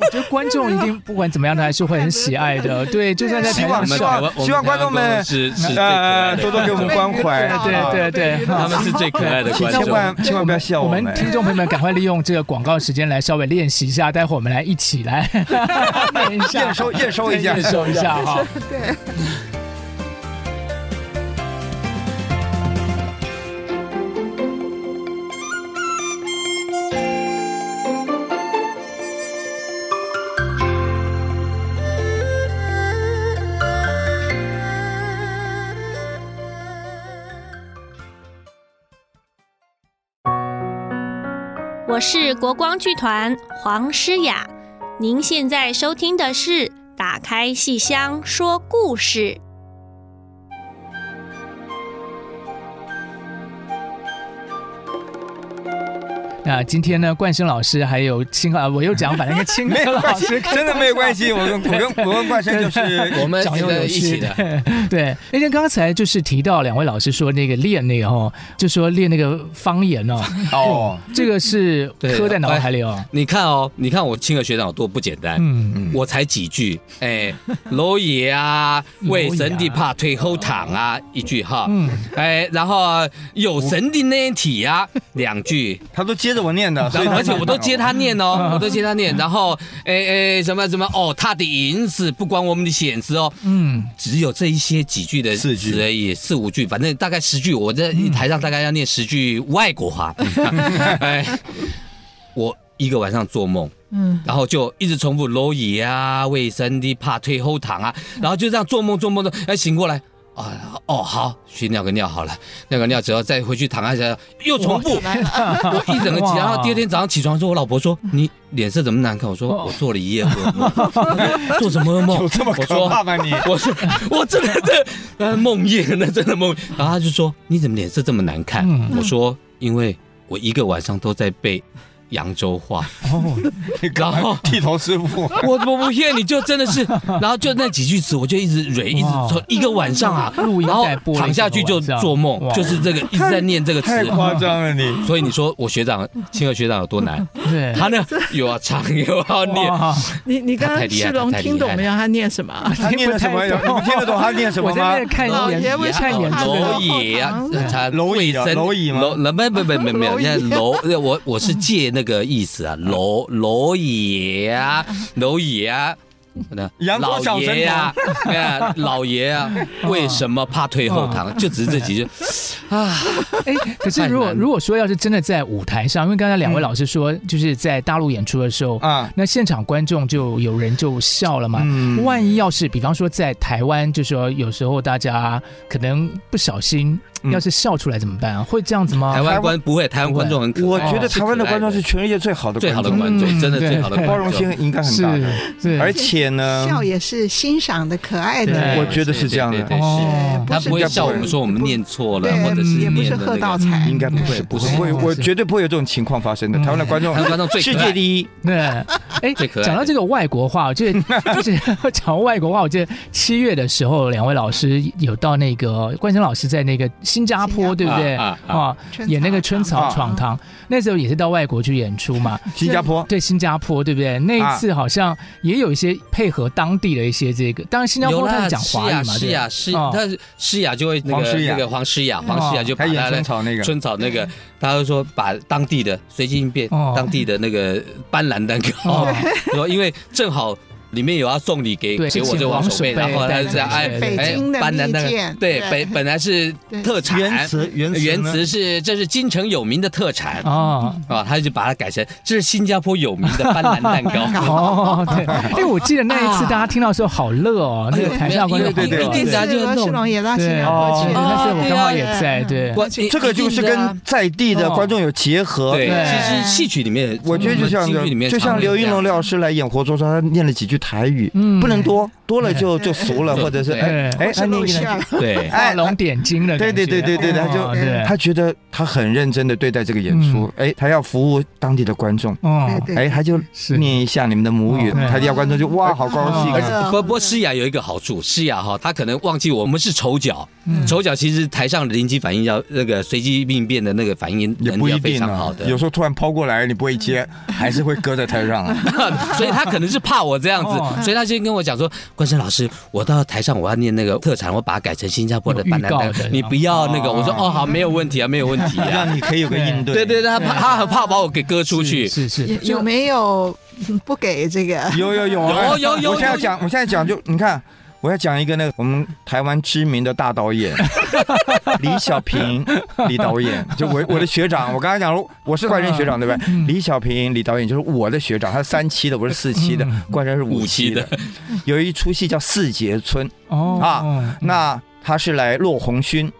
A: 我觉得观众一定不管怎么样，他还是会很喜爱的。对，就算在台
C: 希望
A: 上
D: 我们
A: 笑，
C: 希望
D: 台湾
C: 希望观众们
D: 是是最可爱
C: 呃，
D: 的
C: 多多给我们关怀，啊
A: 对对对，
D: 他们是最可爱 的
C: 请
D: 观众。
C: 千万千万不要笑
A: 我
C: 我
A: 们
C: 们。
A: 听众朋友们赶快利用这个广告时间来稍微练习一下，待会我们来一起来 练一下
C: 验收验收一下
A: 验收一下哈。
F: 我是国光剧团黄诗雅。您现在收听的是《打开戏箱说故事》。
A: 那今天呢，冠生老师还有青啊，我又讲反了，跟青
C: 没
A: 哥
C: 有
A: 老
C: 关系
A: 师，
C: 真的没有关系。我跟我跟我跟冠生 就是
D: 我们
A: 讲
D: 现
A: 又
D: 在
A: 有
D: 一起
A: 趣
D: 的，
A: 对，那天刚才就是提到两位老师说那个练那个哦，就说练那个方言 哦，
C: 哦，
A: 这个是
D: 对哎
A: 刻在脑海里哦。
D: 你看哦，你看我亲儿学长有多不简单，
A: 嗯，
D: 我才几句，哎，蝼爷啊，为神的怕腿后躺啊，一句哈，
A: 嗯
D: 哎，然后啊有神的那一体啊，两 句，
C: 他都接着我念的，所
D: 然
C: 以
D: 后而且我都接他念哦
A: 嗯，
D: 我都接他念，然后哎哎什么什么哦，他的银子不关我们的显示哦，
A: 嗯，
D: 只有这一些几句的
C: 四句
D: 词而已，四五句，反正大概十句。我在台上大概要念十句外 国话。哎，我一个晚上做梦，
B: 嗯，
D: 然后就一直重复“蝼蚁啊，卫生的怕退后躺啊”，然后就这样做梦做梦的，哎，醒过来。啊哦好，去尿个尿好了，尿个尿之后再回去躺下去，又重复，我 一整个起，
A: 哇
D: 然后第二天早上起床的时候，我老婆说你脸色怎么难看？我说我做了一夜噩梦，她说做什么噩梦？
C: 有这么
D: 我
C: 可
D: 说
C: 怕吗你？
D: 我是我真的这呃梦魇，那真的梦。然后他就说：“你怎么脸色这么难看？”
A: 嗯
D: 我说：“因为我一个晚上都在背扬州话。
C: 你干嘛
D: 然后
C: 剃头师傅，
D: 我”我不骗你，就真 的是，然后就那几句词，我就一直蕊，一直
A: 哇
D: 从一个晚上啊，
A: 录音
D: 然后
A: 带播了一整个晚上
D: 躺下去就做梦
A: 啊哇，
D: 就是这个一直在念这个词
C: 太。
D: 啊
C: 夸张了你！
D: 所以你说我学长，清河学长有多难？
A: 对，
D: 他啊呢又要唱又要念，
A: 哇
B: 你你刚
D: 他太
B: 刚
D: 厉害
B: 世龙
D: 他太厉害
B: 听懂没有？他念什么啊？
C: 他念的什么？你们听得懂他念什么
A: 我在
C: 吗
A: 那？看
B: 老
A: 演
B: 爷为什么
A: 看演
B: 怕
A: 出
B: 老
D: 蝼
A: 的，
D: 蚁啊，它
C: 蝼蚁啊
D: 卫生
C: 蝼蚁吗
D: 蝼蝼不不不不没有，那蝼我我是借那个意思啊，蝼蝼蚁啊，蝼蚁啊。那
C: 阳光
D: 老
C: 小神
D: 爷呀、哎呀，老爷啊，为什么怕退后堂？就只是这几句，
A: 哎，可是如果
D: 太难了嗯
A: 如果说要是真的在舞台上，因为刚才两位老师说，就是在大陆演出的时候，
C: 啊，
A: 那现场观众就有人就笑了嘛。
C: 嗯
A: 万一要是比方说在台湾，就说有时候大家可能不小心，
C: 嗯
A: 要是笑出来怎么办、啊？会这样子吗？
D: 台湾观不会，台湾观众很可爱，
C: 我觉得台湾的观众哦是
D: 是
C: 全世界最好的
D: 最好的观
A: 观众
D: 众，真的
A: 嗯
D: 最好的
C: 众包
D: 观众
C: 容性应该很大的，
A: 是，
C: 而且呢，
B: 笑也是欣赏的、可爱的，
A: 对
C: 嗯我觉得是这样的
D: 哎对对对对是
A: 哦
D: 他不会
C: 应该
D: 笑
C: 不会
D: 我们说我们念错了，
B: 对，
D: 或者是
B: 也不是
D: 念的
B: 喝
D: 那
B: 倒
D: 个。
B: 彩，
C: 应该不会，
D: 嗯
C: 不会，不会，
A: 是
C: 我绝对不会有这种情况发生的。
A: 嗯
C: 台湾的观众
D: 台，湾观众最
C: 世
D: 可爱
C: 界第一，
A: 对， 哎
D: 最可，爱的
A: 讲到这个外国话，我记 得就是 讲到外国话，我记得七月的时候，两位老师有到那个冠生老师在那个新加坡，
B: 新加坡
A: 对不对？
D: 啊啊啊啊
B: 春
A: 演那个《春草
C: 草
A: 闯
B: 堂
A: 堂》那时候也是到外国去演出嘛，
C: 新加坡，
A: 对新加坡，对不对？那一次好像也有一些配合当地的一些这个，当然新加
D: 有
A: 坡
D: 啦，
A: 他是讲华语嘛，
D: 诗
A: 对
D: 雅
A: 不
D: 诗
A: 哦
D: 雅，诗啊雅，他诗雅就会那
C: 黄
D: 个
C: 诗雅
D: 那个黄诗雅，黄诗雅就把
C: 还演
D: 他
C: 春
D: 的
C: 草那个，
D: 春草那个，他就说把当地的随机应变
A: 哦，
D: 当地的那个斑斓蛋糕
A: 哦，
D: 然后因为正好。里面有要送礼给
A: 对
D: 给我
A: 是
D: 这
A: 请
D: 王
A: 王
D: 守备，
A: 守备
D: 然后他
A: 对
D: 就这样
A: 对
D: 哎
A: 对
D: 哎
B: 北京的
D: 斑斓蛋
B: 蜜
D: 糕
B: 饯，
D: 对
B: 对
D: 本本来是
B: 对
D: 特产，
C: 原
D: 原
C: 呢
D: 词是这是京城有名的特产
A: 对？哦。。
D: 啊，他就把它改成这是新加坡有名的斑斓蛋糕
A: 哦，对，哎，我记得那一次大家听到的时候好乐哦，那个台下观众好
D: 对对
A: 乐
D: 对
A: 哦，
D: 对
B: 那次罗世龙也到新
A: 对，
B: 加
A: 哦
B: 坡去，
A: 那次我刚好也
B: 对啊
A: 在，对，
D: 我
C: 这个就是
G: 啊
C: 跟在地的观众有结合。
D: 对，
A: 对
D: 其实戏曲里面，
C: 我觉得就像
D: 京剧里面
C: 就
D: 常
C: 像
D: 会
C: 刘
D: 这
C: 云
D: 样
C: 龙廖老师来演活捉抓，他念了几句台语，
A: 嗯
C: 不能多，多了就就俗了，
D: 对
C: 或者是
D: 对
C: 哎
A: 哎，
C: 哎，
B: 是
C: 他念
B: 露
C: 一
B: 馅
C: 念
B: 了，
D: 对，
C: 哎
A: 画龙点睛的感觉，
C: 对对对对对他就
A: 哦对，
C: 他觉得他很认真的对待这个演出，哎，他要服务当地的观众，
A: 哦，
B: 对
C: 哎，
B: 对，
C: 他就是念一下你们的母语，
A: 哦对
C: 台下观众就
D: 嗯
C: 哇，好高兴
A: 哦
C: 啊！
D: 不不过诗雅有一个好处，诗雅哈，她可能忘记我们是丑角，
C: 嗯
D: 丑角其实台上的临机反应要那个随机应变的那个反应
C: 也
D: 能
C: 不
D: 力
C: 一
D: 要非
C: 定
D: 常
C: 啊
D: 好，的，
C: 有时候突然抛过来你不会接，还是会搁在台上啊。
D: 所以她可能是怕我这样
A: 哦
D: 子，所以她先跟我讲说，关山老师，我到台上我要念那个特产，我把它改成新加坡的
A: 有预
D: 板南
A: 告
D: 蛋
A: 的，
D: 你不要那个，
C: 哦
D: 我说哦好，没有问题啊，没有问题啊，
C: 让你可以有个应 对。
D: 对对，对，她怕她很怕把我给割出去，
A: 是是，
B: 有有没有 嗯不给这个？
C: 有有有啊
D: 哦有有 有
C: 我现在
D: 有
C: 讲，我现在讲就你看，我要讲一个那个我们台湾知名的大导演李小平，李导演，就我我的学长，我刚才讲了，我是冠生学长对不对？李小平李导演就是我的学长，他是三期的，我是四期的，冠生是
D: 五
C: 期
D: 期的。
C: 有一出戏叫《四节村》，
A: 哦
C: 啊，那他是来骆红勋。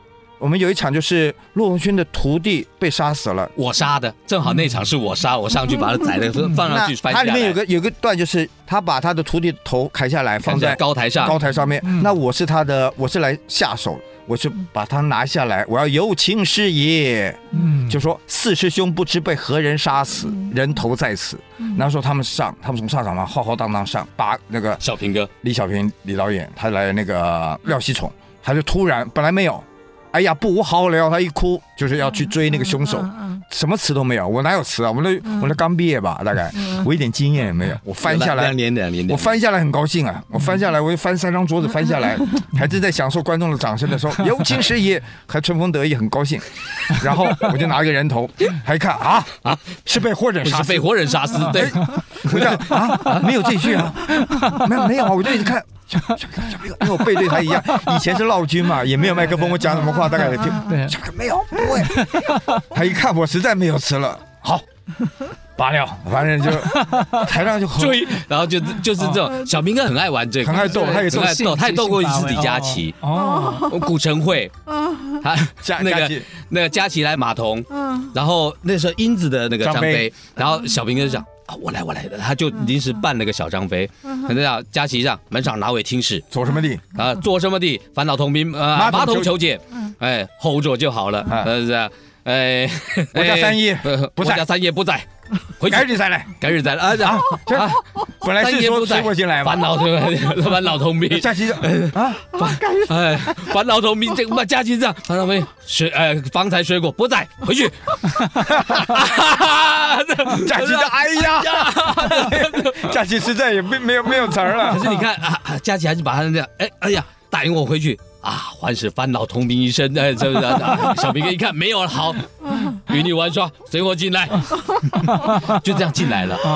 C: 我们有一场就是骆红轩的徒弟被杀死了，
D: 我杀的，正好那场是我杀，我上去把他宰了，放上去翻下
C: 嗯它
D: 来。
C: 里面有个有个段就是他把他的徒弟头砍下来放在
D: 高台上，
C: 高台上面，
A: 嗯
C: 那我是他的，我是来下手，我是把他拿下来，我要有情是也。
A: 嗯，
C: 就说四师兄不知被何人杀死，
B: 嗯
C: 人头在此。那时候他们上，他们从上场嘛，浩浩荡荡上，把那个
D: 小平哥，
C: 李小平李导演，他来那个廖西宠，他就突然本来没有，哎呀不无好了，他一哭就是要去追那个凶手，
B: 嗯
C: 什么词都没有，我哪有词啊？我那我那刚毕业吧，大概
B: 嗯
C: 我一点经验也没有，我翻下来
D: 两。年两年，
C: 我翻下来很高兴啊！我翻下来，我就翻三张桌子翻下来，还正在享受观众的掌声的时候，有情时也还春风得意，很高兴。然后我就拿一个人头，还一看啊啊，是被或者
D: 不
C: 杀
D: 是
C: 死
D: 被活人杀死，对，
C: 我想啊，没有这句啊，没有没有啊，我就一直看。小小哥，小哥，因为我背对他一样，以前是闹军嘛，也没有麦克风，我讲什么话大概也听
A: 对。
C: 小哥没有，不会。他一看我实在没有词了，好，拔掉，反正就台上就很
D: 追，然后就就是这种，小平哥很爱玩这个，
C: 哦很爱斗他也
D: 很爱斗，他也斗过一次李佳琦，
A: 哦，
D: 古城会，他
C: 哦加
D: 那
C: 加
D: 个
C: 起
D: 那个佳琦来马童，
B: 嗯
D: 然后那时候英子的那个
C: 张
D: 张
C: 飞嗯
D: 飞，然后小平哥就讲啊，我来我来，他就临时办了个小张飞，他就讲佳琦让门上拿尾听使
C: 走什么力？
D: 啊，做什么的烦恼同兵啊，
C: 嗯马桶
D: 马桶
C: 求嗯
D: 求解，哎，hold 住就好了，呃
C: 啊
D: 是不是？哎，
C: 我家三爷
D: 呃
C: 不
D: 我
C: 在
D: 家三爷不在，回去
C: 赶紧再来
D: 改日再来啊啊！
C: 啊！本来
D: 三
C: 是
D: 爷
C: 说
D: 不在
C: 吃，过进来
D: 烦
C: 嘛，
D: 恼同 烦恼 同 兵，
C: 下期啊，
D: 哎，烦恼同兵，这个家庭上，烦恼同兵水，哎，方才水果不在，回去。
C: 下期的 哎呀， 下期实在也没没有没有词儿了
D: 可。是你 看啊，啊佳琪还是把他那样，哎哎呀，答应我回去啊，还是烦恼同病一生，哎，是不是？啊 小平哥一看没有了，好，
A: 嗯
D: 与你玩耍，随我进 来，就这样进来了。
A: 啊，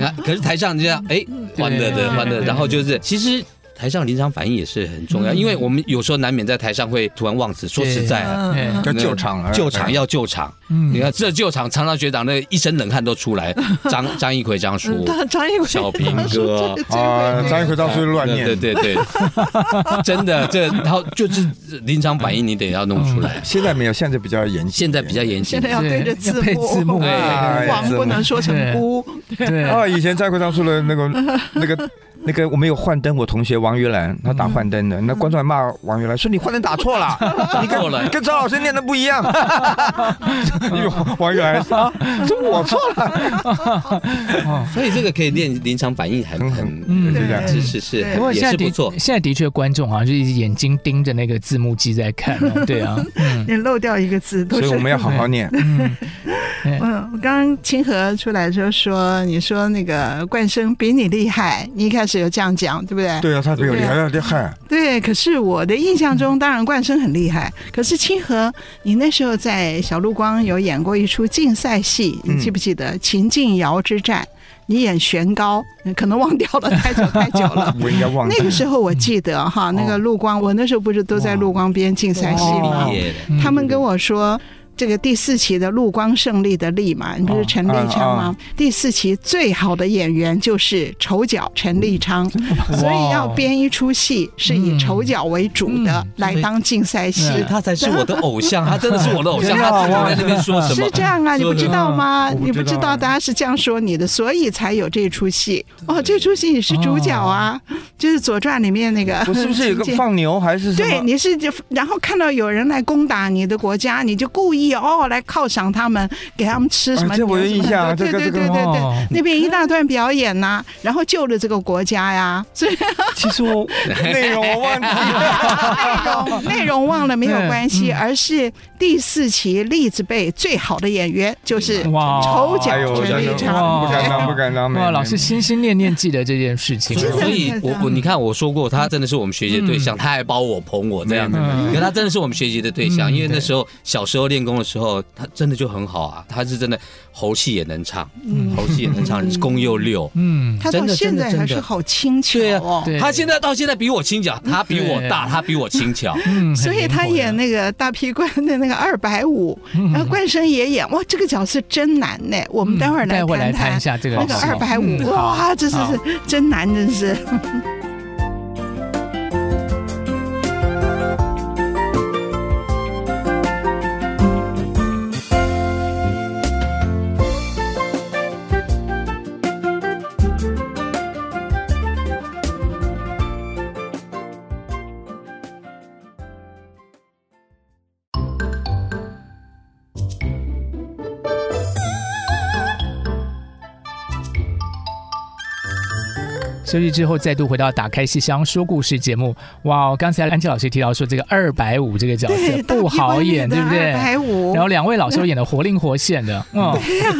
D: 啊，可是台上这样，哎，欢乐
A: 对
D: 的欢乐
A: 对嗯
D: 的，然后就是其实。台上临场反应也是很重要，因为我们有时候难免在台上会突然忘词。说实在啊，
A: 哎
C: 要救场了，
D: 救场要救场。
A: 嗯
D: 你看这救场，常常学长那一身冷汗都 出来。张张一奎、张
B: 嗯，
D: 叔、
B: 张张艺
D: 小
B: 伟
D: 平哥
C: 啊，张一奎当初就乱念
D: 对，对对，对真的这然后就是临场反应，你得要弄出来。
C: 现在没有，现在比较严谨，
D: 现在比较严谨
B: 现在，要对
A: 对
B: 着字
A: 要配
B: 幕，
A: 字幕
D: 哎
C: 对
B: 网不能说成
A: 对
B: 孤，
A: 对，
C: 啊，以前张一奎当初的那个 那个。那个我们有换灯，我同学王于兰，他打换灯的，那观众还骂王于兰说你换灯打错了， 你跟
D: 错了
C: 跟张老师念的不一样。因为王于兰啊，这我错了，
D: 所以这个可以练临场反应，很
C: 很
A: 嗯
D: 很
C: 对
B: 对
D: 是是是，
A: 不过
D: 很
A: 现
D: 也
A: 在
D: 是
A: 的
D: 不错。
A: 现在的确观众好像就是眼睛盯着那个字幕机在看哦，对啊，嗯
B: 你漏掉一个字都
C: 所以
B: 是
C: 我们要好好念。
A: 嗯，
B: 嗯，我刚刚清河出来的时候说，你说那个冠生比你厉害，你一开始有这样讲，对不对？
C: 对啊，他比我厉害，厉害。
B: 对可是我的印象中，当然冠生很厉害，可是清河，你那时候在小陆光有演过一出竞赛戏，你
C: 嗯
B: 记不记得《秦晋瑶之战》？你演玄高，可能忘掉了，太久太久了。
C: 我应该 忘记哦
B: 那个时候我记得哈，那个陆光，我那时候不是都在陆光边竞赛戏吗
D: 毕？业的
A: 嗯
B: 他们跟我说。这个第四期的陆光胜利的利嘛，你不是陈立昌吗？
C: 哦啊
B: 第四期最好的演员就是丑角陈立
C: 嗯
B: 昌，所以要编一出戏是
C: 哦
B: 以丑角为主的、
A: 嗯
B: 来当竞赛戏。
D: 是他才是我的偶像，他真的是我的偶像。
C: 真的
D: 他自己
C: 哇
D: 在那边说什么？
B: 是这样啊，你不知道吗？
C: 我不知道
B: 你不知道大家是这样说你的，所以才有这出戏。哦，这出戏你是主角啊，就是《左传》里面那个。
C: 哦我是不是有个
B: 秦晋
C: 放牛还是什么？
B: 对，你是就然后看到有人来攻打你的国家，你就故意哦来犒赏他们，给他们吃什么
C: 啊这
B: 牛
C: 我有
B: 什么
C: 印
B: 的
C: 象啊
B: 对
C: 这个
B: 对
C: 这个
B: 对对对，
A: 哦
B: 那边一大段表演呐、然后救了这个国家呀，所以
C: 其实我内容我忘记了。
B: 内容内容忘了没有
A: 对
B: 关系，
A: 嗯
B: 而是第四期栗子辈最好的演员就是
A: 哇
B: 丑角
C: 哎呦，
B: 陈立
C: 真的
B: 昌，
C: 不敢当，不敢当。没
A: 哇，
C: 有
A: 老师心心念念记得这件事情，
B: 真的
D: 所以
B: 很，
D: 我我
B: 嗯
D: 你看我说过，他真的是我们学习的对象，
A: 嗯
D: 他还包我捧我这样子
C: 没有没
A: 有没有。
D: 可是他真的是我们学习的对象，
A: 嗯
D: 因为那
A: 对
D: 时候小时候练功的时候，他真的就很好啊，他是真的猴戏也能唱，
C: 嗯
D: 猴戏也能唱，功又溜。
A: 嗯，
B: 他到
D: 真的
B: 现
D: 真的
B: 在还
D: 真
B: 是
D: 的
B: 好清巧
D: 对啊
B: 哦。
A: 对
D: 他现在到现在比我轻巧，他比我大，
A: 对
D: 他比我轻 巧。
A: 嗯，
B: 所以他演
A: 那
B: 那个大皮官的那个二百五，然后冠生也演，哇，这个角色真难呢。我们待会儿
A: 嗯待会儿来
B: 来
A: 谈
B: 谈
A: 一下这个
B: 那个
A: 戏
B: 二百五，哇，这是
D: 好
B: 真难，真是。
A: 休息之后再度回到《打开戏箱说故事》节目。哇，刚才安琪老师提到说这个二百五这个角色
B: 对，
A: 不好演，对不对？
B: 二百五
A: 然，后两位老师都演的活灵活现的，嗯
B: 对呀，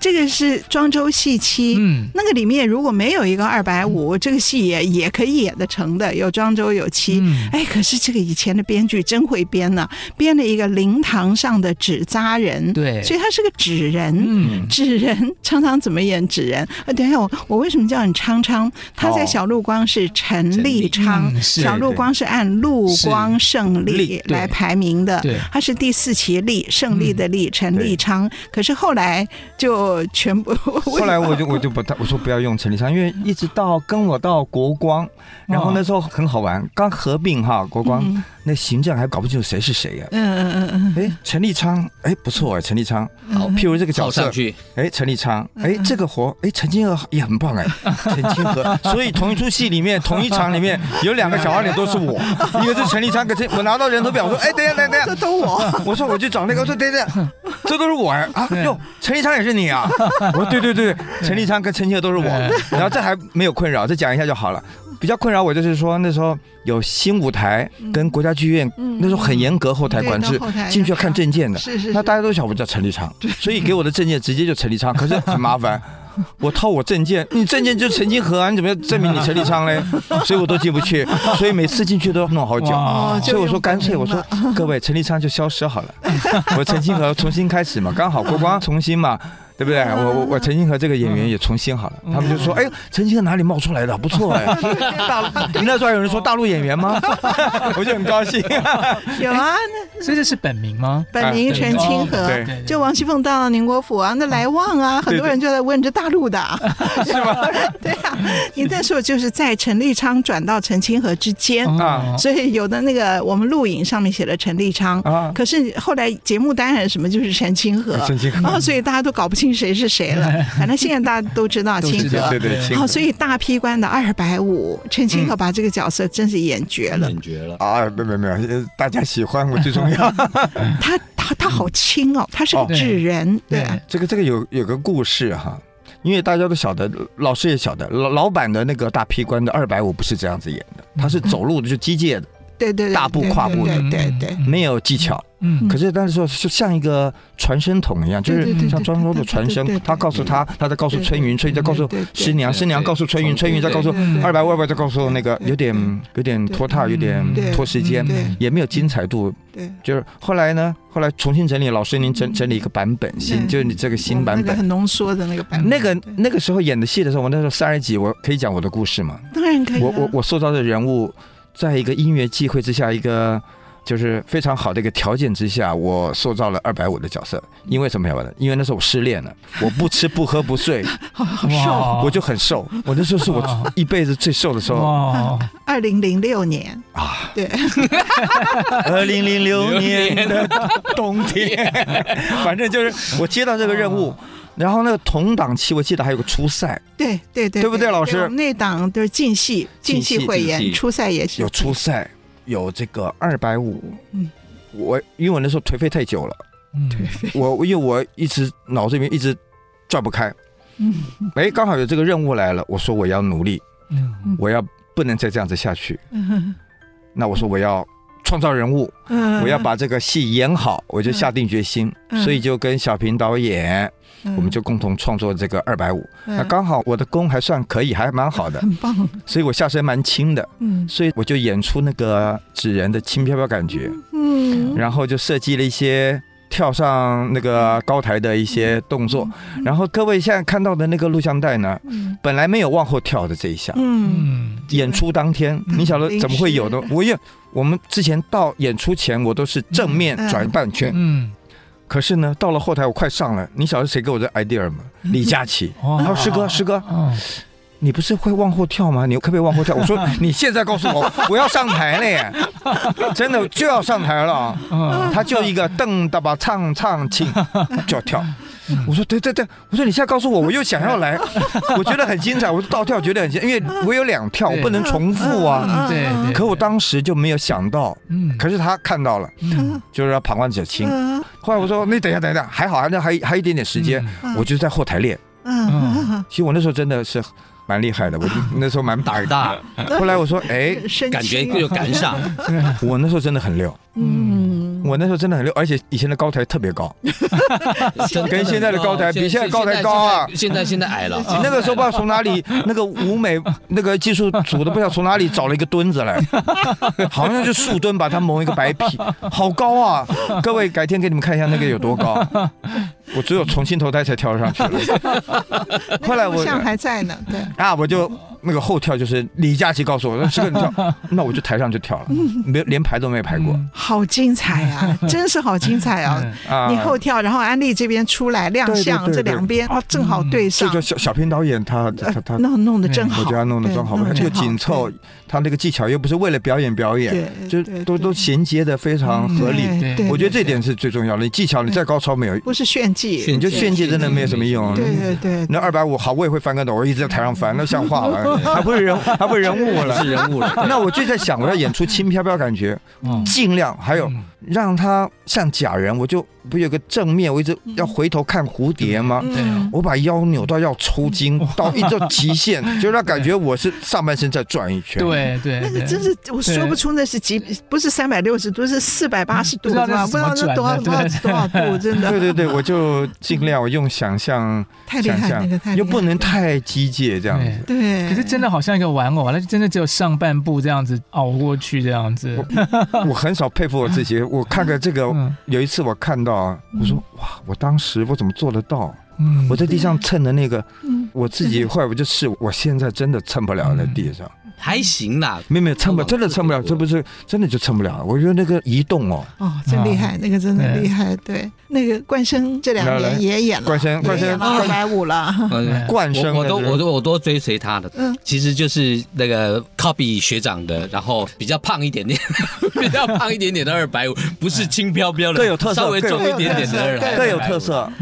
B: 这个是庄周戏妻。
A: 嗯
B: 那个里面如果没有一个二百五，这个戏也也可以演得成的，有庄周有妻。
A: 嗯
B: 哎，可是这个以前的编剧真会编呢、编了一个灵堂上的纸扎人，
A: 对
B: 所以他是个纸人。
A: 嗯，
B: 纸人常常怎么演纸人？呃，等一下，我我为什么叫你昌昌？他在
C: 哦
B: 小陆光是陈
D: 陈
B: 立
D: 立
B: 昌，
A: 嗯是
B: 小陆光是按陆光胜利
A: 利对
B: 来排名的
A: 对，嗯
B: 他是第四期立胜利的立陈立昌，可是后来就全部
C: 后来我就我就不太我说不要用陈立昌，因为一直到跟我到国光，然后那时候很好玩，刚合并哈国光，
B: 嗯
C: 那行政还搞不清楚谁是谁呀。
B: 嗯嗯嗯
C: 哎，陈立昌，哎不错哎，陈立昌，
D: 好
C: 譬如这个角
D: 靠
C: 色
D: 上，去，
C: 哎，陈立昌，哎，这个活，哎，陈金河也很棒哎，陈金河。所以同一出戏里面，同一场里面有两个小花脸都是我，一个是陈立昌，可是我拿到人头表说，哎，等一下，等一下，
B: 嗯，这
C: 等一下，
B: 都我。
C: 我说我去找那个，我说等一 下，这都是我哎啊，哟，陈立昌也是你啊，我说对对对，陈立昌跟陈金河都是我，然后这还没有困扰，这讲一下就好了。比较困扰我就是说那时候有新舞台跟国家剧院，
B: 嗯
C: 那时候很严格后台管制
B: 对到后台要，
C: 进去要看证件的。
B: 是是，
C: 那
B: 是
C: 大家都想我叫陈立昌，所以给我的证件直接就陈立昌，可是很麻烦。我掏我证件，你证件就陈金河啊，你怎么证明你陈立昌 嘞？所以我都进不去，所以每次进去都要弄好久
A: 哇。
C: 所以我说干脆，
B: 就
C: 我
B: 用本
C: 说 各位陈立昌就消失好了，我陈金河重新开始嘛，刚好国 光重新嘛。对不对？
B: 啊
C: 我我我陈金河这个演员也重新好
B: 嗯
C: 了，他们就说：“哎，陈金河哪里冒出来的？不错 哎，大陆你那时候还有人说大陆演员吗？”我就很高兴。
B: 有啊，
A: 所以这是本名吗？
B: 本名陈清河，
C: 对
A: 对
B: 就王熙凤到宁国府啊，那来旺啊，很多人就在问这大 陆的、啊，是吗？ 对啊，你那时候就是在陈立昌转到陈清河之间，
C: 啊
B: 所以有的那个我们录影上面写了陈立昌，
C: 啊
B: 可是后来节目单还是什么就是陈清河，
C: 哎陈清河
B: 然后所以大家都搞不清谁是谁了，反正现在大家都知道
A: 都
B: 清
A: 知
B: 河
A: 道。
C: 对对，
A: 对
C: 清
B: 好、
C: 河
B: 所以大批官的二百五，陈清河把这个角色真是演绝了。
D: 感觉了。
C: 啊，没有没有没有，大家喜欢我最重要。
B: 他他他好轻哦，他是个
C: 嗯哦
B: 纸人，对啊，
C: 这个这个有有个故事哈，因为大家都晓得，老师也晓得，老老板的那个大批官的二百五不是这样子演的，他是走路的就机械的，
B: 对对对，
C: 大步
B: 对
C: 跨
B: 对
C: 步嗯的
B: 对对对，
C: 没有技巧。
A: 嗯
C: 可是但是说就像一个传声筒一样，就
B: 对对
C: 是
B: 对
C: 像
B: 对
C: 庄周
B: 对
C: 的
B: 对
C: 传
B: 对
C: 声
B: 对，
C: 他告诉他，他在告诉
B: 对
C: 春云，春云再告诉
B: 对对对
C: 师娘，师娘告诉春云，春云再告诉
B: 对对对
C: 二百五，二百再告诉那个，
B: 对对
C: 有点有点拖沓，有点
B: 对
C: 拖时间
B: 嗯对，
C: 也没有精彩度，
B: 对，
C: 就是后来呢，后来重新整理，老师您整整理一个版本新，
B: 嗯
C: 就是你这个新版
B: 那个
C: 本。
B: 很浓缩的哦那个版本，
C: 那个
B: 对
C: 那个时候演的戏的时候，我那时候三十几，我可以讲我的故事吗？
B: 当然可以啊，
C: 我我我塑造的人物，在一个音乐机会之下，一个就是非常好的一个条件之下，我塑造了二百五的角色。因为什么晓得吗？因为那时候我失 恋了，我不吃不喝不睡，
A: 好瘦
C: 我就很瘦。我那时候是
B: 哦
C: 我一辈子最瘦的时候。
A: 哇，
B: 二零零六年
C: 啊，
B: 对，
C: 二零零六年的 冬天，啊反正就是我接到这个任务，然后那个同档期我记得还有个初赛，
B: 对对对，
C: 对不对老师
B: 我们那档就是进戏，
C: 进戏
B: 戏汇
D: 进
B: 演，
D: 戏
B: 初赛也是
C: 有初赛，有这个二百五
B: 嗯。
C: 我因为我那时候颓废太久 了，
A: 嗯，
C: 我因为我一直脑子里面一直转不开，哎，刚好有这个任务来了，我说我要努力，
A: 嗯
C: 我要不能再这样子下去，
B: 嗯
C: 那我说我要创造人物，
B: 嗯
C: 我要把这个戏演好，我就下定决心，
B: 嗯
C: 所以就跟小平导演，
B: 嗯
C: 我们就共同创作这个二百五。
B: 嗯
C: 那刚好我的功还算可以，还蛮 好的，
B: 很棒，
C: 所以我下身蛮轻的，
B: 嗯
C: 所以我就演出那个纸人的轻飘飘感觉，
B: 嗯，
C: 然后就设计了一些跳上那个高台的一
B: 嗯
C: 些动作，然后各位现在看到的那个录像带呢，
B: 嗯
C: 本来没有往后跳的这一下，
B: 嗯
A: 嗯
C: 演出当天你晓得怎么会有的？我也我们之前到演出前我都是正面
B: 嗯嗯
C: 转半圈，
A: 嗯，
C: 可是呢到了后台我快上了，你晓得谁给我的 idea 吗？李佳琦。
A: 哦
B: 嗯
C: 他说：“师哥，师哥，你不是会往后跳吗？你可不可以往后跳？我 说你现在告诉我，我要上台了耶！真的就要上台了啊。
A: 嗯
C: 他就一个瞪大吧，唱唱请就要跳。我说对对对，我说你现在告诉我，我又想要来，我觉得很精彩。我说倒跳觉得很精彩，因为我有两跳，我
A: 对
C: 不能重复啊。
A: 嗯，对对，
C: 可我当时就没有想到，
A: 嗯，
C: 可是他看到了，
A: 嗯
C: 就是要旁观者清。
B: 嗯
C: 后来我说你等一下，等一下，
A: 嗯
C: 还好，还还还一点点时间，我就在后台练。
B: 嗯嗯
C: 其实我那时候真的是蛮厉害 的，我就那时候蛮
D: 胆儿。大，
C: 后来我说，哎，
B: 身
D: 感觉
B: 轻
D: 就赶上，
C: 我那时候真的很溜，
B: 嗯，
C: 我那时候真的很溜，而且以前的高台特别 高，
D: 真的
C: 跟现在的高台比现在高台高啊
D: 现在现在矮 了，
C: 那个时候不知道从 哪里，那个舞美那个技术组的不知道从哪里找了一个墩 子来，好像就树墩把它蒙一个白皮，好高啊！各位改天给你们看一下那个有多高， 我只有重新投胎才跳得上去了。后来
B: 录
C: 我
B: 像还在呢，对，
C: 啊，我就那个后跳就是李佳琦告诉我说这个 你跳，那我就台上就跳了，没连排都没
A: 嗯
C: 排过
B: 好精彩 啊，真是好精彩啊！
C: 啊。
B: 你后跳，然后安利这边出来亮相，
C: 对对对
B: 这
C: 对
B: 两边哦正
A: 嗯
B: 好对
C: 这
B: 上，呃
C: 个小小平导演他他他他，
B: 弄弄得真好，
C: 我觉得他弄得真好，
B: 对
C: 他这个
B: 弄得
C: 紧
B: 真好
C: 凑，他那个技巧又不是为了表演表演，
B: 对，
C: 就
B: 对
C: 都
B: 对
C: 都衔接的非常
A: 嗯
C: 合理。
B: 对对
C: 我觉得这点是最重要的。你技巧你再高超没有，
B: 不是炫技
C: 你，就炫技真的没有什么用。啊
B: 对对对，
C: 那二百五好，我也会翻跟斗，我一直在台上翻，那像 话吗？还不是人，还不是人物
D: 不
C: 了
D: 是。人物了，
C: 那我就在想，我要演出轻飘飘感觉，
A: 嗯
C: 尽量还有让他像假人，我就不有个正面，我一直要回头看蝴蝶吗？
B: 嗯，
C: 我把腰扭到要抽 筋，到一个极限，就让感觉我是上半身在转一圈。
A: 对对，
B: 那个
A: 对
B: 真是我说不出那是几，不是三百六十度，是四百八十度，
A: 嗯不
B: 是
A: 知道那是
B: 吧？不知道
A: 怎
B: 那
A: 么
B: 多
A: 转
B: 少
A: 的
B: 多少多少度，真
C: 对
B: 的
C: 对对，我就尽量我用想象
B: 太厉
C: 想
B: 害，那个太
C: 象，
B: 厉
C: 又
B: 害
C: 不能太激烈这样子。
B: 对，
A: 可是真的好像一个玩偶啊，那就真的只有上半部这样子熬过去这样子。
C: 我很少佩服我自己，我看个这个，
A: 嗯
C: 有一次我看到啊，我说
B: 嗯
C: 哇，我当时我怎么做得到？
A: 嗯
C: 我在地上蹭的那个，
B: 嗯
C: 我自己后来我就试，我现在真的蹭不了在地上，
A: 嗯
D: 还行啦，
C: 没有没有蹭不了，
D: 嗯
C: 真的蹭不了，这不是真的就蹭不了。我觉得那个移动哦，
B: 哦，真厉害，那个真的
A: 啊对
B: 厉害，对，那个冠生这两
C: 来来
B: 年也演了，
C: 冠生冠
B: 也演
C: 生
B: 了二百五了，
D: 嗯
C: 冠生
D: 我我都
C: 的这个
D: 我都我都追随他的，
B: 嗯
D: 其实就是那个 copy 学长的，然后比较胖一点 点，比较胖一点点的二百五，不是轻飘飘的，
C: 各有特色
D: 稍微重一点点的二
B: 各有特色
C: 各有
D: 百
C: 特。色，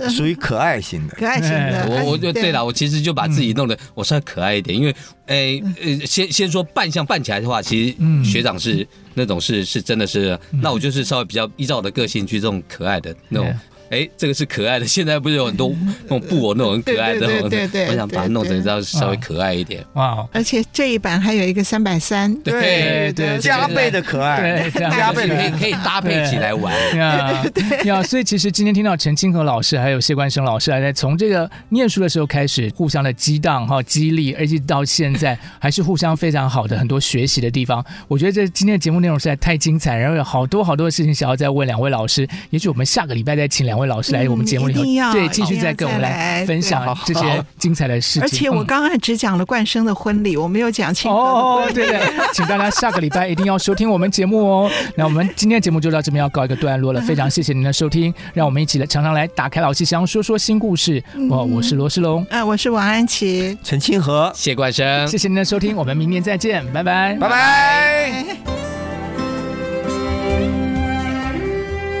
C: 它属于可爱型的。
B: 可爱型的，
D: 哎我我就对
B: 了，
D: 了，我其实就把自己弄得我稍微可爱一点，因为，诶呃，先先说扮相扮起来的话，其
A: 嗯
D: 实学长是那种是是真的是，那我就是稍微比较依照我的个性去这种可爱的那种
A: 对。
D: 哎，这个是可爱的，现在不是有很多那种布偶那种很可爱的，
B: 对对对对对
D: 我想把它弄成
B: 对
D: 稍稍微可爱一点。
A: 哇，哦
B: 而且这一版还有一个三百三，
D: 对
A: 对
C: 加倍的可爱，
A: 对，这样
C: 加
A: 子
C: 倍
D: 可以
C: 的
D: 可以搭配起来玩。
A: 呀 呀，所以其实今天听到陈清河老师还有谢冠生老师，还在从这个念书的时候开始互相的激荡哈激励，而且到现 在还是互相非常好的很多学习的地方。我觉得这今天的节目内容实在太精彩，然后有好多好多的事情想要再问两位老师，也许我们下个礼拜再请两位老师来
B: 嗯
A: 我们节目里头，
B: 一定要
A: 对，继
B: 一
A: 续
B: 定要
A: 再跟我们
B: 再来
A: 分
B: 对
A: 享这些精彩的事情。
B: 而且我
A: 嗯
B: 刚刚只讲了冠生的婚礼，我没有讲庆贺的
A: 哦，对对，请大家下个礼拜一定要收听我们节目哦。 那我们今天节目就到这边要告一个段落了，非常谢谢您的收听，让我们一起来常常来打开老戏箱，说说新故事。我、我是罗世龙，
B: 嗯，我是王安琪。
C: 陈清河，
D: 谢冠生，
A: 谢谢您的收听，我们明年再见，拜拜。
C: 拜拜。